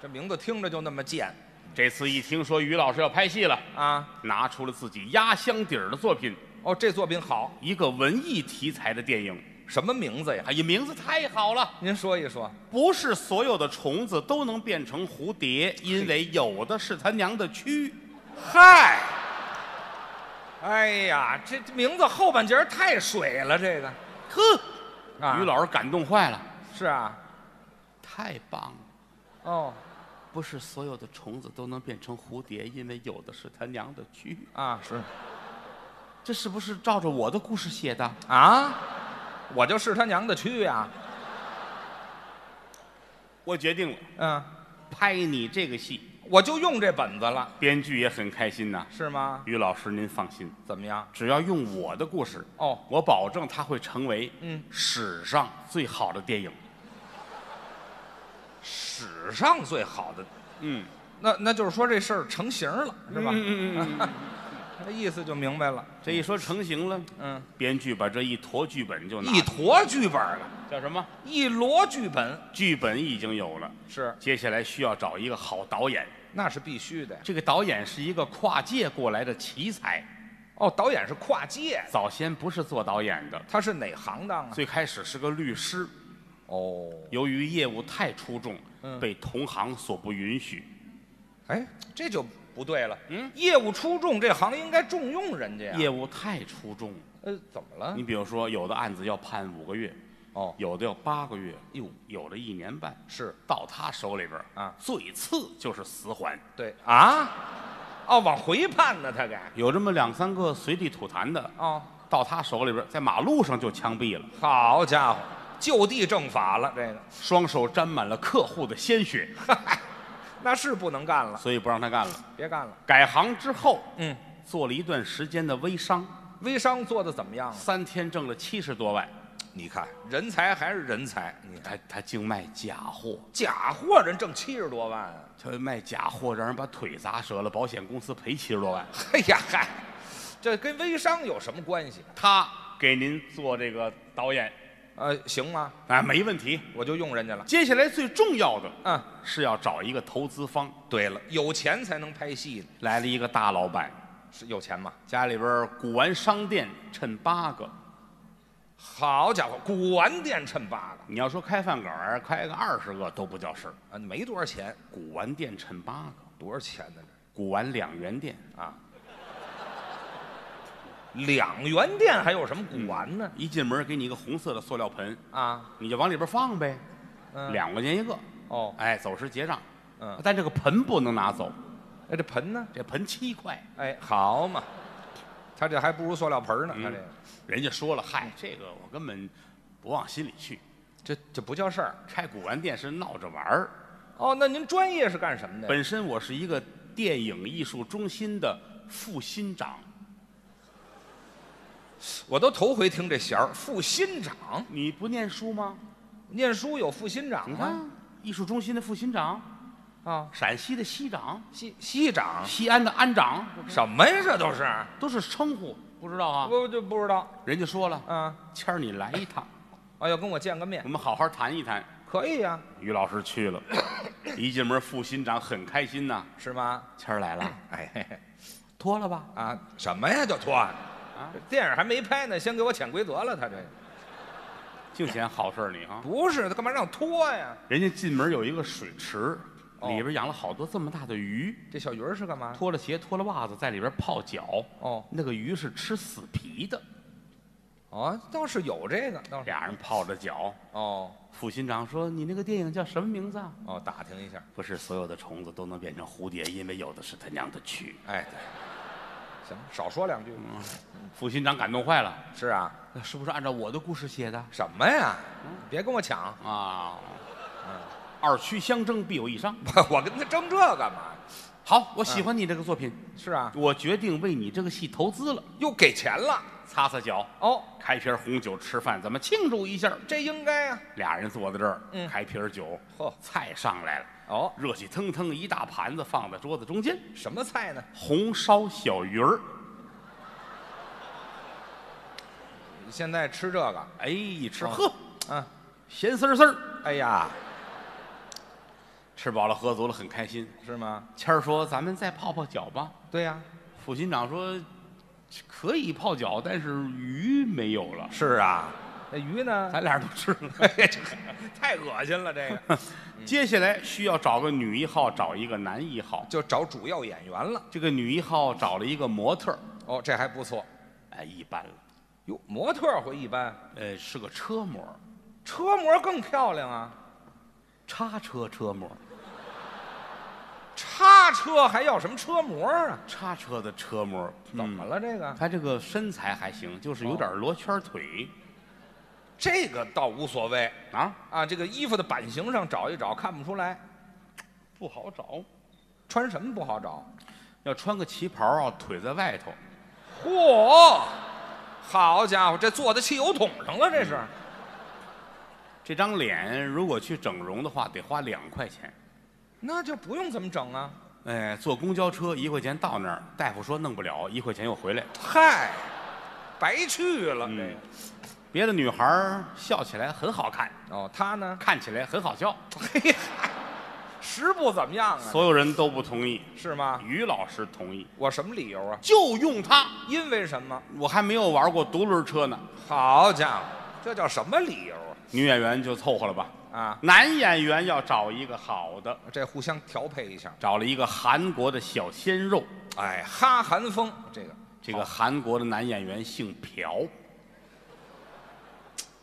Speaker 2: 这名字听着就那么贱
Speaker 1: 这次一听说于老师要拍戏了，
Speaker 2: 啊。
Speaker 1: 拿出了自己压箱底儿的作品，
Speaker 2: 哦，这作品好，
Speaker 1: 一个文艺题材的电影。
Speaker 2: 什么名字呀？
Speaker 1: 哎呀，名字太好了！
Speaker 2: 您说一说。
Speaker 1: 不是所有的虫子都能变成蝴蝶，因为有的是他娘的蛆。
Speaker 2: 嗨，哎呀，这这名字后半截儿太水了，这个
Speaker 1: 呵，
Speaker 2: 啊
Speaker 1: 于老师感动坏了，
Speaker 2: 是啊，
Speaker 1: 太棒了！
Speaker 2: 哦
Speaker 1: 不是所有的虫子都能变成蝴蝶，因为有的是他娘的蛆。
Speaker 2: 啊是
Speaker 1: 这是不是照着我的故事写的？
Speaker 2: 啊，我就是他娘的啊去呀、
Speaker 1: 我决定了，
Speaker 2: 嗯，
Speaker 1: 拍你这个戏。
Speaker 2: 我就用这本子了，
Speaker 1: 编剧也很开心呐、
Speaker 2: 是吗？
Speaker 1: 于老师，您放心，
Speaker 2: 怎么样？
Speaker 1: 只要用我的故事，
Speaker 2: 哦，
Speaker 1: 我保证它会成为
Speaker 2: 嗯
Speaker 1: 史上最好的电影。
Speaker 2: 史上最好的，
Speaker 1: 嗯，
Speaker 2: 那那就是说这事儿成型了，是吧？
Speaker 1: 嗯嗯嗯嗯
Speaker 2: 那意思就明白了。
Speaker 1: 这一说成型了，
Speaker 2: 嗯，
Speaker 1: 编剧把这一坨剧本就拿
Speaker 2: 一坨剧本了，
Speaker 1: 叫什么？
Speaker 2: 一摞剧本
Speaker 1: 剧本已经有了，
Speaker 2: 是，
Speaker 1: 接下来需要找一个好导演。
Speaker 2: 那是必须的呀。
Speaker 1: 这个导演是一个跨界过来的奇才，
Speaker 2: 哦，导演是跨界，
Speaker 1: 早先不是做导演的，
Speaker 2: 他是哪行当啊？
Speaker 1: 最开始是个律师，
Speaker 2: 哦，
Speaker 1: 由于业务太出众，
Speaker 2: 嗯
Speaker 1: 被同行所不允许。
Speaker 2: 哎，这就不对了。嗯，业务出众，这行应该重用人家呀。
Speaker 1: 业务太出众，
Speaker 2: 呃，怎么了
Speaker 1: 你？比如说，有的案子要判五个月，
Speaker 2: 哦，
Speaker 1: 有的要八个月，哟，有的一年半。
Speaker 2: 是
Speaker 1: 到他手里边儿
Speaker 2: 啊
Speaker 1: 最次就是死缓。
Speaker 2: 对啊，哦，往回盼呢，他给。
Speaker 1: 有这么两三个随地吐痰的，
Speaker 2: 哦，
Speaker 1: 到他手里边儿，在马路上就枪毙了，
Speaker 2: 好家伙，就地正法了，这个，
Speaker 1: 双手沾满了客户的鲜 血，
Speaker 2: 嗨，那是不能干了，
Speaker 1: 所以不让他干了。
Speaker 2: 别干了。
Speaker 1: 改行之后，
Speaker 2: 嗯，
Speaker 1: 做了一段时间的微商，
Speaker 2: 微商做的怎么样了？啊
Speaker 1: 三天挣了七十多万。
Speaker 2: 你看，人才还是人才，你看
Speaker 1: 他他净卖假货，
Speaker 2: 假货人挣七十多万啊！
Speaker 1: 他卖假货让人把腿砸折了，保险公司赔七十多万。
Speaker 2: 哎呀嗨，这跟微商有什么关系？
Speaker 1: 他给您做这个导演，
Speaker 2: 呃，行吗？
Speaker 1: 啊，没问题。
Speaker 2: 我就用人家了。
Speaker 1: 接下来最重要的
Speaker 2: 嗯，
Speaker 1: 是要找一个投资方。
Speaker 2: 对了，有钱才能拍戏呢，
Speaker 1: 来了一个大老板，
Speaker 2: 是有钱吗？
Speaker 1: 家里边古玩商店趁八个。
Speaker 2: 好家伙，古玩店趁八个
Speaker 1: 你要说开饭馆儿开个二十个都不叫事儿，
Speaker 2: 啊，没多少钱，
Speaker 1: 古玩店趁八个，
Speaker 2: 多少钱呢？这
Speaker 1: 古玩两元店，
Speaker 2: 两元店还有什么古玩呢？
Speaker 1: 一进门给你一个红色的塑料盆，
Speaker 2: 啊，
Speaker 1: 你就往里边放呗，
Speaker 2: 嗯
Speaker 1: 两块钱一个。
Speaker 2: 哦，
Speaker 1: 哎，走时结账。
Speaker 2: 嗯
Speaker 1: 但这个盆不能拿走，
Speaker 2: 哎，这盆呢？
Speaker 1: 这盆七块。
Speaker 2: 哎，好嘛，他这还不如塑料盆呢，他这
Speaker 1: 嗯人家说了，嗨，这个我根本不往心里去。
Speaker 2: 这这不叫事儿。
Speaker 1: 开古玩店是闹着玩儿，
Speaker 2: 哦，那您专业是干什么的呀？
Speaker 1: 本身我是一个电影艺术中心的副新长。
Speaker 2: 我都头回听这弦儿，副新长，
Speaker 1: 你不念书吗？
Speaker 2: 念书有副新长
Speaker 1: 你
Speaker 2: 吗？
Speaker 1: 看，艺术中心的副新长，
Speaker 2: 啊，
Speaker 1: 陕西的西长，
Speaker 2: 西西长
Speaker 1: 西安的安长，
Speaker 2: 什么呀？这都是
Speaker 1: 都是称呼，不知道啊？
Speaker 2: 我就不知道
Speaker 1: 人家说了，
Speaker 2: 啊。
Speaker 1: 谦儿你来一趟，
Speaker 2: 哦，要跟我见个面
Speaker 1: 我，们好好谈一谈。
Speaker 2: 可以啊呀、
Speaker 1: 于老师去 了，一进门副新长很开心呐，
Speaker 2: 是吗？
Speaker 1: 谦儿来 了，
Speaker 2: 哎嘿嘿
Speaker 1: 脱了吧，
Speaker 2: 啊，什么呀？就脱啊？这电影还没拍呢，先给我潜规则了。他这
Speaker 1: 净嫌好事儿你啊！
Speaker 2: 不是他干嘛让脱呀？
Speaker 1: 人家进门有一个水池，
Speaker 2: 哦
Speaker 1: 里边养了好多这么大的鱼，
Speaker 2: 这小鱼儿是干嘛？
Speaker 1: 脱了鞋，脱了袜子，在里边泡脚。
Speaker 2: 哦
Speaker 1: 那个鱼是吃死皮的，
Speaker 2: 哦，倒是有这个，倒是
Speaker 4: 俩人泡着脚。
Speaker 2: 哦
Speaker 1: 副巡长说：“你那个电影叫什么名字啊
Speaker 2: 哦，打听一下，？”
Speaker 1: 不是所有的虫子都能变成蝴蝶，因为有的是他娘的蛆。
Speaker 2: 哎，对，行，少说两句。
Speaker 1: 副巡长感动坏了，
Speaker 2: 是啊，
Speaker 1: 是不是按照我的故事写的
Speaker 2: 什么呀？你别跟我抢，
Speaker 1: 啊？二蛆相争，必有一伤。
Speaker 2: 我跟他争这干嘛？
Speaker 1: 好，我喜欢你这个作品，
Speaker 2: 是啊，
Speaker 1: 嗯我决定为你这个戏投资了。
Speaker 2: 又给钱了。
Speaker 1: 擦擦脚，
Speaker 2: 哦，
Speaker 1: 开瓶红酒，吃饭，咱们庆祝一下。
Speaker 2: 这应该啊。
Speaker 1: 俩人坐在这儿，
Speaker 2: 嗯
Speaker 1: 开瓶酒，
Speaker 2: 嚯
Speaker 1: 菜上来了，
Speaker 2: 哦，
Speaker 1: 热气腾腾一大盘子放在桌子中间，
Speaker 2: 什么菜呢？
Speaker 1: 红烧小鱼儿。
Speaker 2: 现在吃这个？
Speaker 1: 哎，一吃
Speaker 2: 哦
Speaker 1: 呵，
Speaker 2: 嗯，
Speaker 1: 咸丝丝儿，
Speaker 2: 哎呀，
Speaker 1: 吃饱了喝足了，很开心。
Speaker 2: 是吗？
Speaker 1: 谦儿说：“咱们再泡泡脚吧。
Speaker 2: 对呀、”
Speaker 1: 副巡长说：“可以泡脚，但是鱼没有了。
Speaker 2: 是啊。那鱼呢？
Speaker 1: 咱俩人都吃了。
Speaker 2: 哎这 太恶心了，这个
Speaker 1: 接下来需要找个女一号，找一个男一号。
Speaker 2: 就找主要演员了。
Speaker 1: 这个女一号找了一个模特儿，
Speaker 2: 哦，这还不错。
Speaker 1: 哎，一般了。
Speaker 2: 哟，模特儿会一般，
Speaker 1: 呃，是个车模，
Speaker 2: 车模更漂亮啊。
Speaker 1: 叉车车模，
Speaker 2: 叉车还要什么车模啊？
Speaker 1: 叉车的车模。
Speaker 2: 怎么了这个？
Speaker 1: 他这个身材还行，就是有点罗圈腿
Speaker 2: 这个倒无所谓
Speaker 1: 啊，
Speaker 2: 啊，这个衣服的版型上找一找，看不出来。
Speaker 1: 不好找。
Speaker 2: 穿什么不好找？
Speaker 1: 要穿个旗袍啊，腿在外头。
Speaker 2: 嚯，好家伙，这坐在汽油桶上了，这是。
Speaker 1: 这张脸如果去整容的话，得花两块钱。
Speaker 2: 那就不用怎么整啊。
Speaker 1: 哎，坐公交车一块钱到那儿，大夫说弄不了，一块钱又回来。
Speaker 2: 嗨，白去了。
Speaker 1: 嗯，别的女孩儿笑起来很好看，
Speaker 2: 哦，他呢？
Speaker 1: 看起来很好笑，
Speaker 2: 嘿，实不怎么样啊，
Speaker 1: 所有人都不同意。
Speaker 2: 是吗？
Speaker 1: 于老师同意，
Speaker 2: 我什么理由啊？
Speaker 1: 就用它。
Speaker 2: 因为什么？
Speaker 1: 我还没有玩过独轮车呢。
Speaker 2: 好家伙，这叫什么理由
Speaker 1: 女演员就凑合了吧。
Speaker 2: 啊？啊，
Speaker 1: 男演员要找一个好的，
Speaker 2: 这互相调配一下。
Speaker 1: 找了一个韩国的小鲜肉。
Speaker 2: 哎，哈韩风这个
Speaker 1: 这个韩国的男演员姓朴。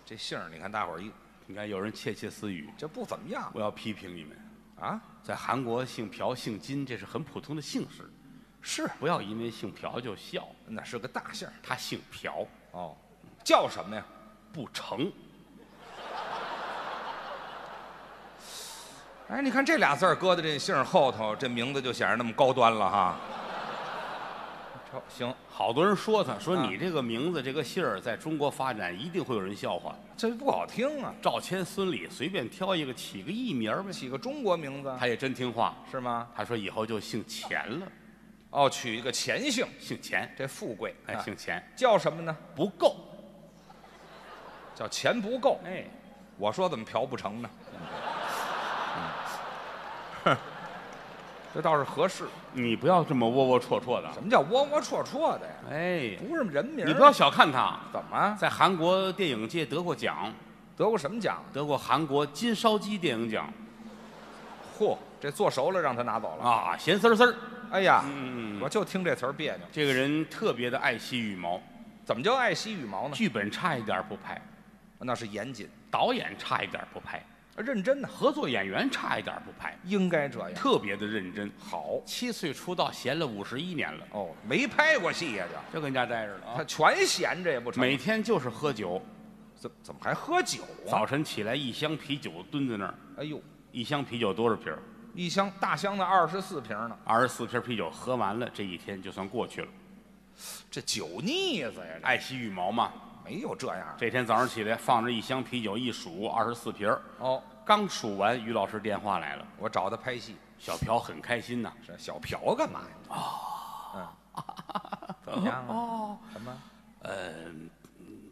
Speaker 2: 这姓儿，你看大伙儿一
Speaker 1: 你看，有人窃窃私语，
Speaker 2: 这不怎么样
Speaker 1: 我要批评你们。
Speaker 2: 啊？
Speaker 1: 在韩国姓朴姓金，这是很普通的姓氏，
Speaker 2: 是，
Speaker 1: 不要因为姓朴就笑。
Speaker 2: 那是个大姓儿
Speaker 1: 他姓朴，
Speaker 2: 哦，叫什么呀？
Speaker 1: 不成。
Speaker 2: 哎，你看这俩字儿搁在这姓儿后头，这名字就显得那么高端了哈。这行，
Speaker 1: 好多人说他，说
Speaker 2: 啊
Speaker 1: 你这个名字、这个姓儿，在中国发展一定会有人笑话。
Speaker 2: 这不好听啊，
Speaker 1: 赵钱孙李随便挑一个，起个艺名儿呗。
Speaker 2: 起个中国名字
Speaker 1: 他也真听话，
Speaker 2: 是吗？
Speaker 1: 他说以后就姓钱了，
Speaker 2: 哦，取一个钱姓，
Speaker 1: 姓钱，
Speaker 2: 这富贵，
Speaker 1: 哎，
Speaker 2: 啊
Speaker 1: 姓钱
Speaker 2: 叫什么呢？
Speaker 1: 不够，
Speaker 2: 叫钱不够。
Speaker 1: 哎，
Speaker 2: 我说怎么嫖不成呢？嗯 这倒是合适。
Speaker 1: 你不要这么窝窝戳戳的
Speaker 2: 什，么叫窝窝戳戳的呀？
Speaker 1: 哎，
Speaker 2: 不是人名儿，
Speaker 1: 你不要小看他，
Speaker 2: 怎么
Speaker 1: 在韩国电影界得过奖，
Speaker 2: 得过什么奖？
Speaker 1: 得过韩国金烧鸡电影奖
Speaker 2: 嚯，这做熟了让他拿走了。
Speaker 1: 啊，咸丝丝儿。
Speaker 2: 哎呀，
Speaker 1: 嗯，
Speaker 2: 我就听这词儿别扭，
Speaker 1: 这个人特别的爱惜羽毛，
Speaker 2: 怎么就爱惜羽毛呢？
Speaker 1: 剧本差一点不拍，
Speaker 2: 那是严谨，
Speaker 1: 导演差一点不拍，
Speaker 2: 认真呢，
Speaker 1: 合作演员差一点不拍，
Speaker 2: 应该这样。
Speaker 1: 特别的认真。
Speaker 2: 好
Speaker 1: 七岁出道，闲了五十一年了，
Speaker 2: 哦，没拍过戏呀，就
Speaker 1: 就跟家待着了
Speaker 2: 他
Speaker 1: 啊。
Speaker 2: 全闲着也不成。
Speaker 1: 每天就是喝酒，
Speaker 2: 怎怎么还喝酒啊？
Speaker 1: 早晨起来一箱啤酒蹲在那儿，
Speaker 2: 哎呦，
Speaker 1: 一箱啤酒多少瓶儿？
Speaker 2: 一箱大箱的二十四瓶呢，
Speaker 1: 二十四瓶啤酒喝完了，这一天就算过去了。
Speaker 2: 这酒腻子呀，这
Speaker 1: 爱惜羽毛嘛，
Speaker 2: 没有这样的
Speaker 1: 这天早上起来放着一箱啤酒，一数二十四瓶儿
Speaker 2: 哦。
Speaker 1: 刚数完，于老师电话来了，
Speaker 2: 我找他拍戏，
Speaker 1: 小朴很开心呐。
Speaker 2: 这小嫖干嘛呀？哦，嗯，怎么样啊？
Speaker 1: 哦，
Speaker 2: 什么？
Speaker 1: 呃，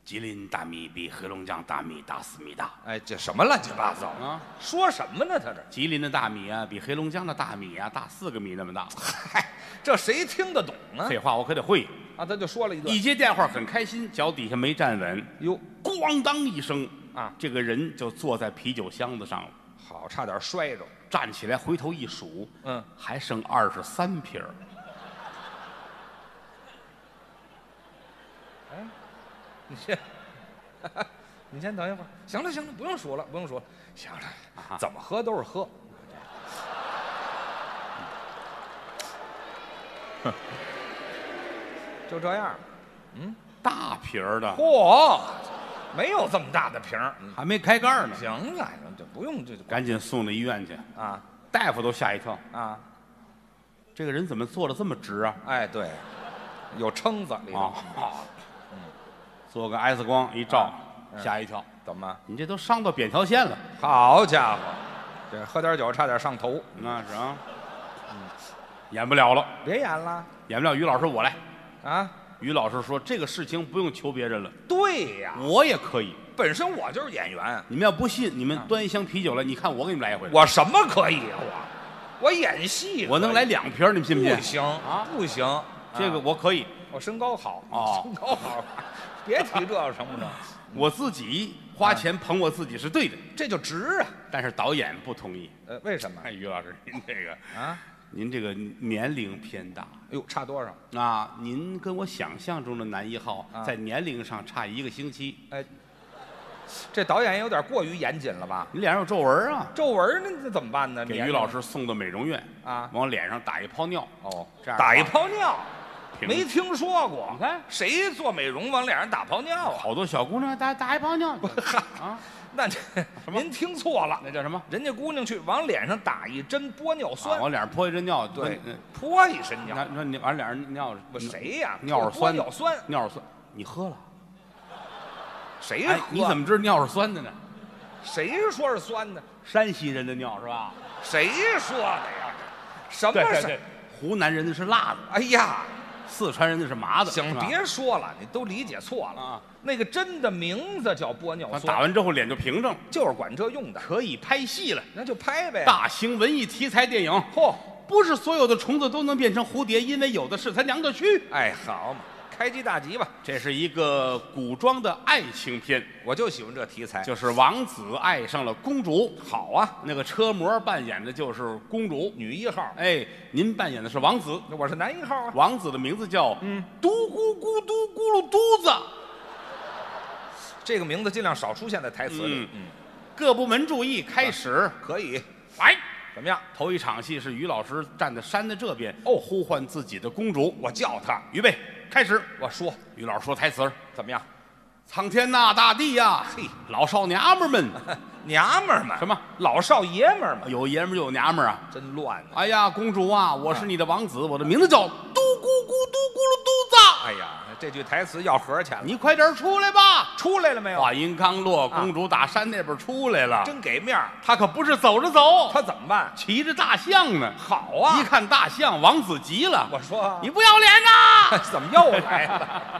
Speaker 1: 吉林大米比黑龙江大米大四米大
Speaker 2: 哎，这什么乱七八糟
Speaker 1: 啊！
Speaker 2: 说什么呢？他这，
Speaker 1: 吉林的大米啊，比黑龙江的大米啊大四个米那 么大。
Speaker 2: 嗨，这谁听得懂啊？
Speaker 1: 废话，我可得会。
Speaker 2: 啊，他就说了一
Speaker 1: 一
Speaker 2: 段，
Speaker 1: 接电话很开心，脚底下没站稳，
Speaker 2: 哟，
Speaker 1: 咣当一声
Speaker 2: 啊
Speaker 1: 这个人就坐在啤酒箱子上了。
Speaker 2: 好，差点摔着。
Speaker 1: 站起来回头一数，
Speaker 2: 嗯，
Speaker 1: 还剩二十三瓶儿
Speaker 2: 你这你先等一会儿。行了行了，不用数了，不用数了，啊行了，怎么喝都是喝。嗯 就这样，
Speaker 1: 大瓶儿的，
Speaker 2: 嚯，没有这么大的瓶儿。
Speaker 1: 还没开盖儿呢，
Speaker 2: 行了，这不用这
Speaker 1: 赶紧送到医院去。
Speaker 2: 啊
Speaker 1: 大夫都吓一跳，
Speaker 2: 啊，
Speaker 1: 这个人怎么坐的这么直啊？
Speaker 2: 哎对，有撑子里头，
Speaker 1: 啊，做个 X 光一照，吓一跳，
Speaker 2: 怎么？
Speaker 1: 你这都伤到扁桃腺了。
Speaker 2: 好家伙，这喝点酒差点上头，
Speaker 1: 那是啊，演不了了，
Speaker 2: 别演了
Speaker 1: 演不了。于老师，我来。
Speaker 2: 啊！
Speaker 1: 于老师说：“这个事情不用求别人了，
Speaker 2: 对呀，
Speaker 1: 我也可以。
Speaker 2: 本身我就是演员，
Speaker 1: 你们要不信，你们端一箱啤酒来，你看我给你们来一回。
Speaker 2: 啊我什么可以呀、我我演戏，
Speaker 1: 我能来两瓶儿，你们信
Speaker 2: 不
Speaker 1: 不信？
Speaker 2: 行啊，不行，
Speaker 1: 这个
Speaker 2: 啊
Speaker 1: 我可以，
Speaker 2: 我身高好
Speaker 1: 哦
Speaker 2: 身高好， 别提这成不成？
Speaker 1: 我自己
Speaker 2: 啊
Speaker 1: 花钱捧我自己是对的。
Speaker 2: 这就值啊！
Speaker 1: 但是导演不同意。
Speaker 2: 呃，为什么
Speaker 1: 哎，于老师，您这个，
Speaker 2: 啊？
Speaker 1: 您这个年龄偏大
Speaker 2: 哎呦，差多少？
Speaker 1: 啊，您跟我想象中的男一号
Speaker 2: 啊
Speaker 1: 在年龄上差一个星期，
Speaker 2: 哎，这导演有点过于严谨了吧？
Speaker 1: 你脸上有皱纹啊。”
Speaker 2: 皱纹那那怎么办呢？
Speaker 1: 给
Speaker 2: 粘
Speaker 1: 于
Speaker 2: 上
Speaker 1: 老师送到美容院
Speaker 2: 啊
Speaker 1: 往脸上打一泡尿，
Speaker 2: 哦，
Speaker 1: 这样
Speaker 2: 打一
Speaker 1: 吧
Speaker 2: 泡尿，
Speaker 1: 平
Speaker 2: 没听说过。
Speaker 1: 你看
Speaker 2: 谁做美容往脸上打泡尿啊？
Speaker 1: 好多小姑娘打打一泡尿， 啊，
Speaker 2: 那这
Speaker 1: 么
Speaker 2: 您听错了，
Speaker 1: 那叫什么？
Speaker 2: 人家姑娘去往脸上打一针玻尿
Speaker 1: 啊
Speaker 2: 酸，
Speaker 1: 往脸上泼一针尿，
Speaker 2: 对
Speaker 1: 嗯，
Speaker 2: 泼一身
Speaker 1: 那
Speaker 2: 尿。
Speaker 1: 那你往脸上尿，
Speaker 2: 我谁呀？
Speaker 1: 尿是酸
Speaker 2: 泼
Speaker 1: 的
Speaker 2: 尿酸，
Speaker 1: 尿是酸，你喝了？
Speaker 2: 谁
Speaker 1: 哎
Speaker 2: 喝？，
Speaker 1: 你怎么知道尿是酸的呢？
Speaker 2: 谁说是酸的？
Speaker 1: 山西人的尿是吧？
Speaker 2: 谁说的呀？什么是？，
Speaker 1: 湖南人的是辣的，
Speaker 2: 哎呀，
Speaker 1: 四川人的是麻的，
Speaker 2: 行
Speaker 1: 是，吧
Speaker 2: 别说了，你都理解错了
Speaker 1: 啊。
Speaker 2: 那个针的名字叫玻尿
Speaker 1: 打
Speaker 2: 酸，
Speaker 1: 完之后脸就平整，
Speaker 2: 就是管这用的，
Speaker 1: 可以拍戏了。
Speaker 2: 那就拍呗。
Speaker 1: 大型文艺题材电影，
Speaker 2: 嚯，
Speaker 1: 不是所有的虫子都能变成蝴蝶，因为有的是它娘的蛆。
Speaker 2: 哎，好嘛，开机大吉吧，
Speaker 1: 这是一个古装的爱情片，
Speaker 2: 我就喜欢这题材。
Speaker 1: 就是王子爱上了公主。
Speaker 2: 好啊，
Speaker 1: 那个车模扮演的就是公主，
Speaker 2: 女一号，
Speaker 1: 哎，您扮演的是王子。
Speaker 2: 那我是男一号啊。
Speaker 1: 王子的名字叫嗯，嘟咕咕嘟咕噜嘟子。
Speaker 2: 这个名字尽量少出现在台词里
Speaker 1: 嗯。
Speaker 2: 嗯，
Speaker 1: 各部门注意，开始
Speaker 2: 可以，
Speaker 1: 来。
Speaker 2: 怎么样？
Speaker 1: 头一场戏是于老师站在山的这边，
Speaker 2: 哦
Speaker 1: 呼唤自己的公主。
Speaker 2: 我叫他，
Speaker 1: 预备，开始。
Speaker 2: 我说
Speaker 1: 于老师说台词儿
Speaker 2: 怎么样？：“
Speaker 1: 苍天呐，大地呀，
Speaker 2: 嘿，
Speaker 1: 老少娘们儿们，
Speaker 2: 娘们儿们，
Speaker 1: 什么
Speaker 2: 老少爷们儿们，
Speaker 1: 有爷们儿就有娘们儿啊。”
Speaker 2: 真乱呢。
Speaker 1: 哎呀，公主啊，我是你的王子，我的名字叫嘟咕咕嘟咕噜嘟子，
Speaker 2: 哎呀，这句台词要盒钱了。
Speaker 1: 你快点出来吧！
Speaker 2: 出来了没有
Speaker 1: 话？音刚落，公主打山那边出来了，
Speaker 2: 真给面儿，
Speaker 1: 她可不是走着走，
Speaker 2: 他怎么办？
Speaker 1: 骑着大象呢。
Speaker 2: 好啊
Speaker 1: 一，看大象，王子急了，
Speaker 2: 我说啊
Speaker 1: 你不要脸呐！
Speaker 2: 怎么又来了？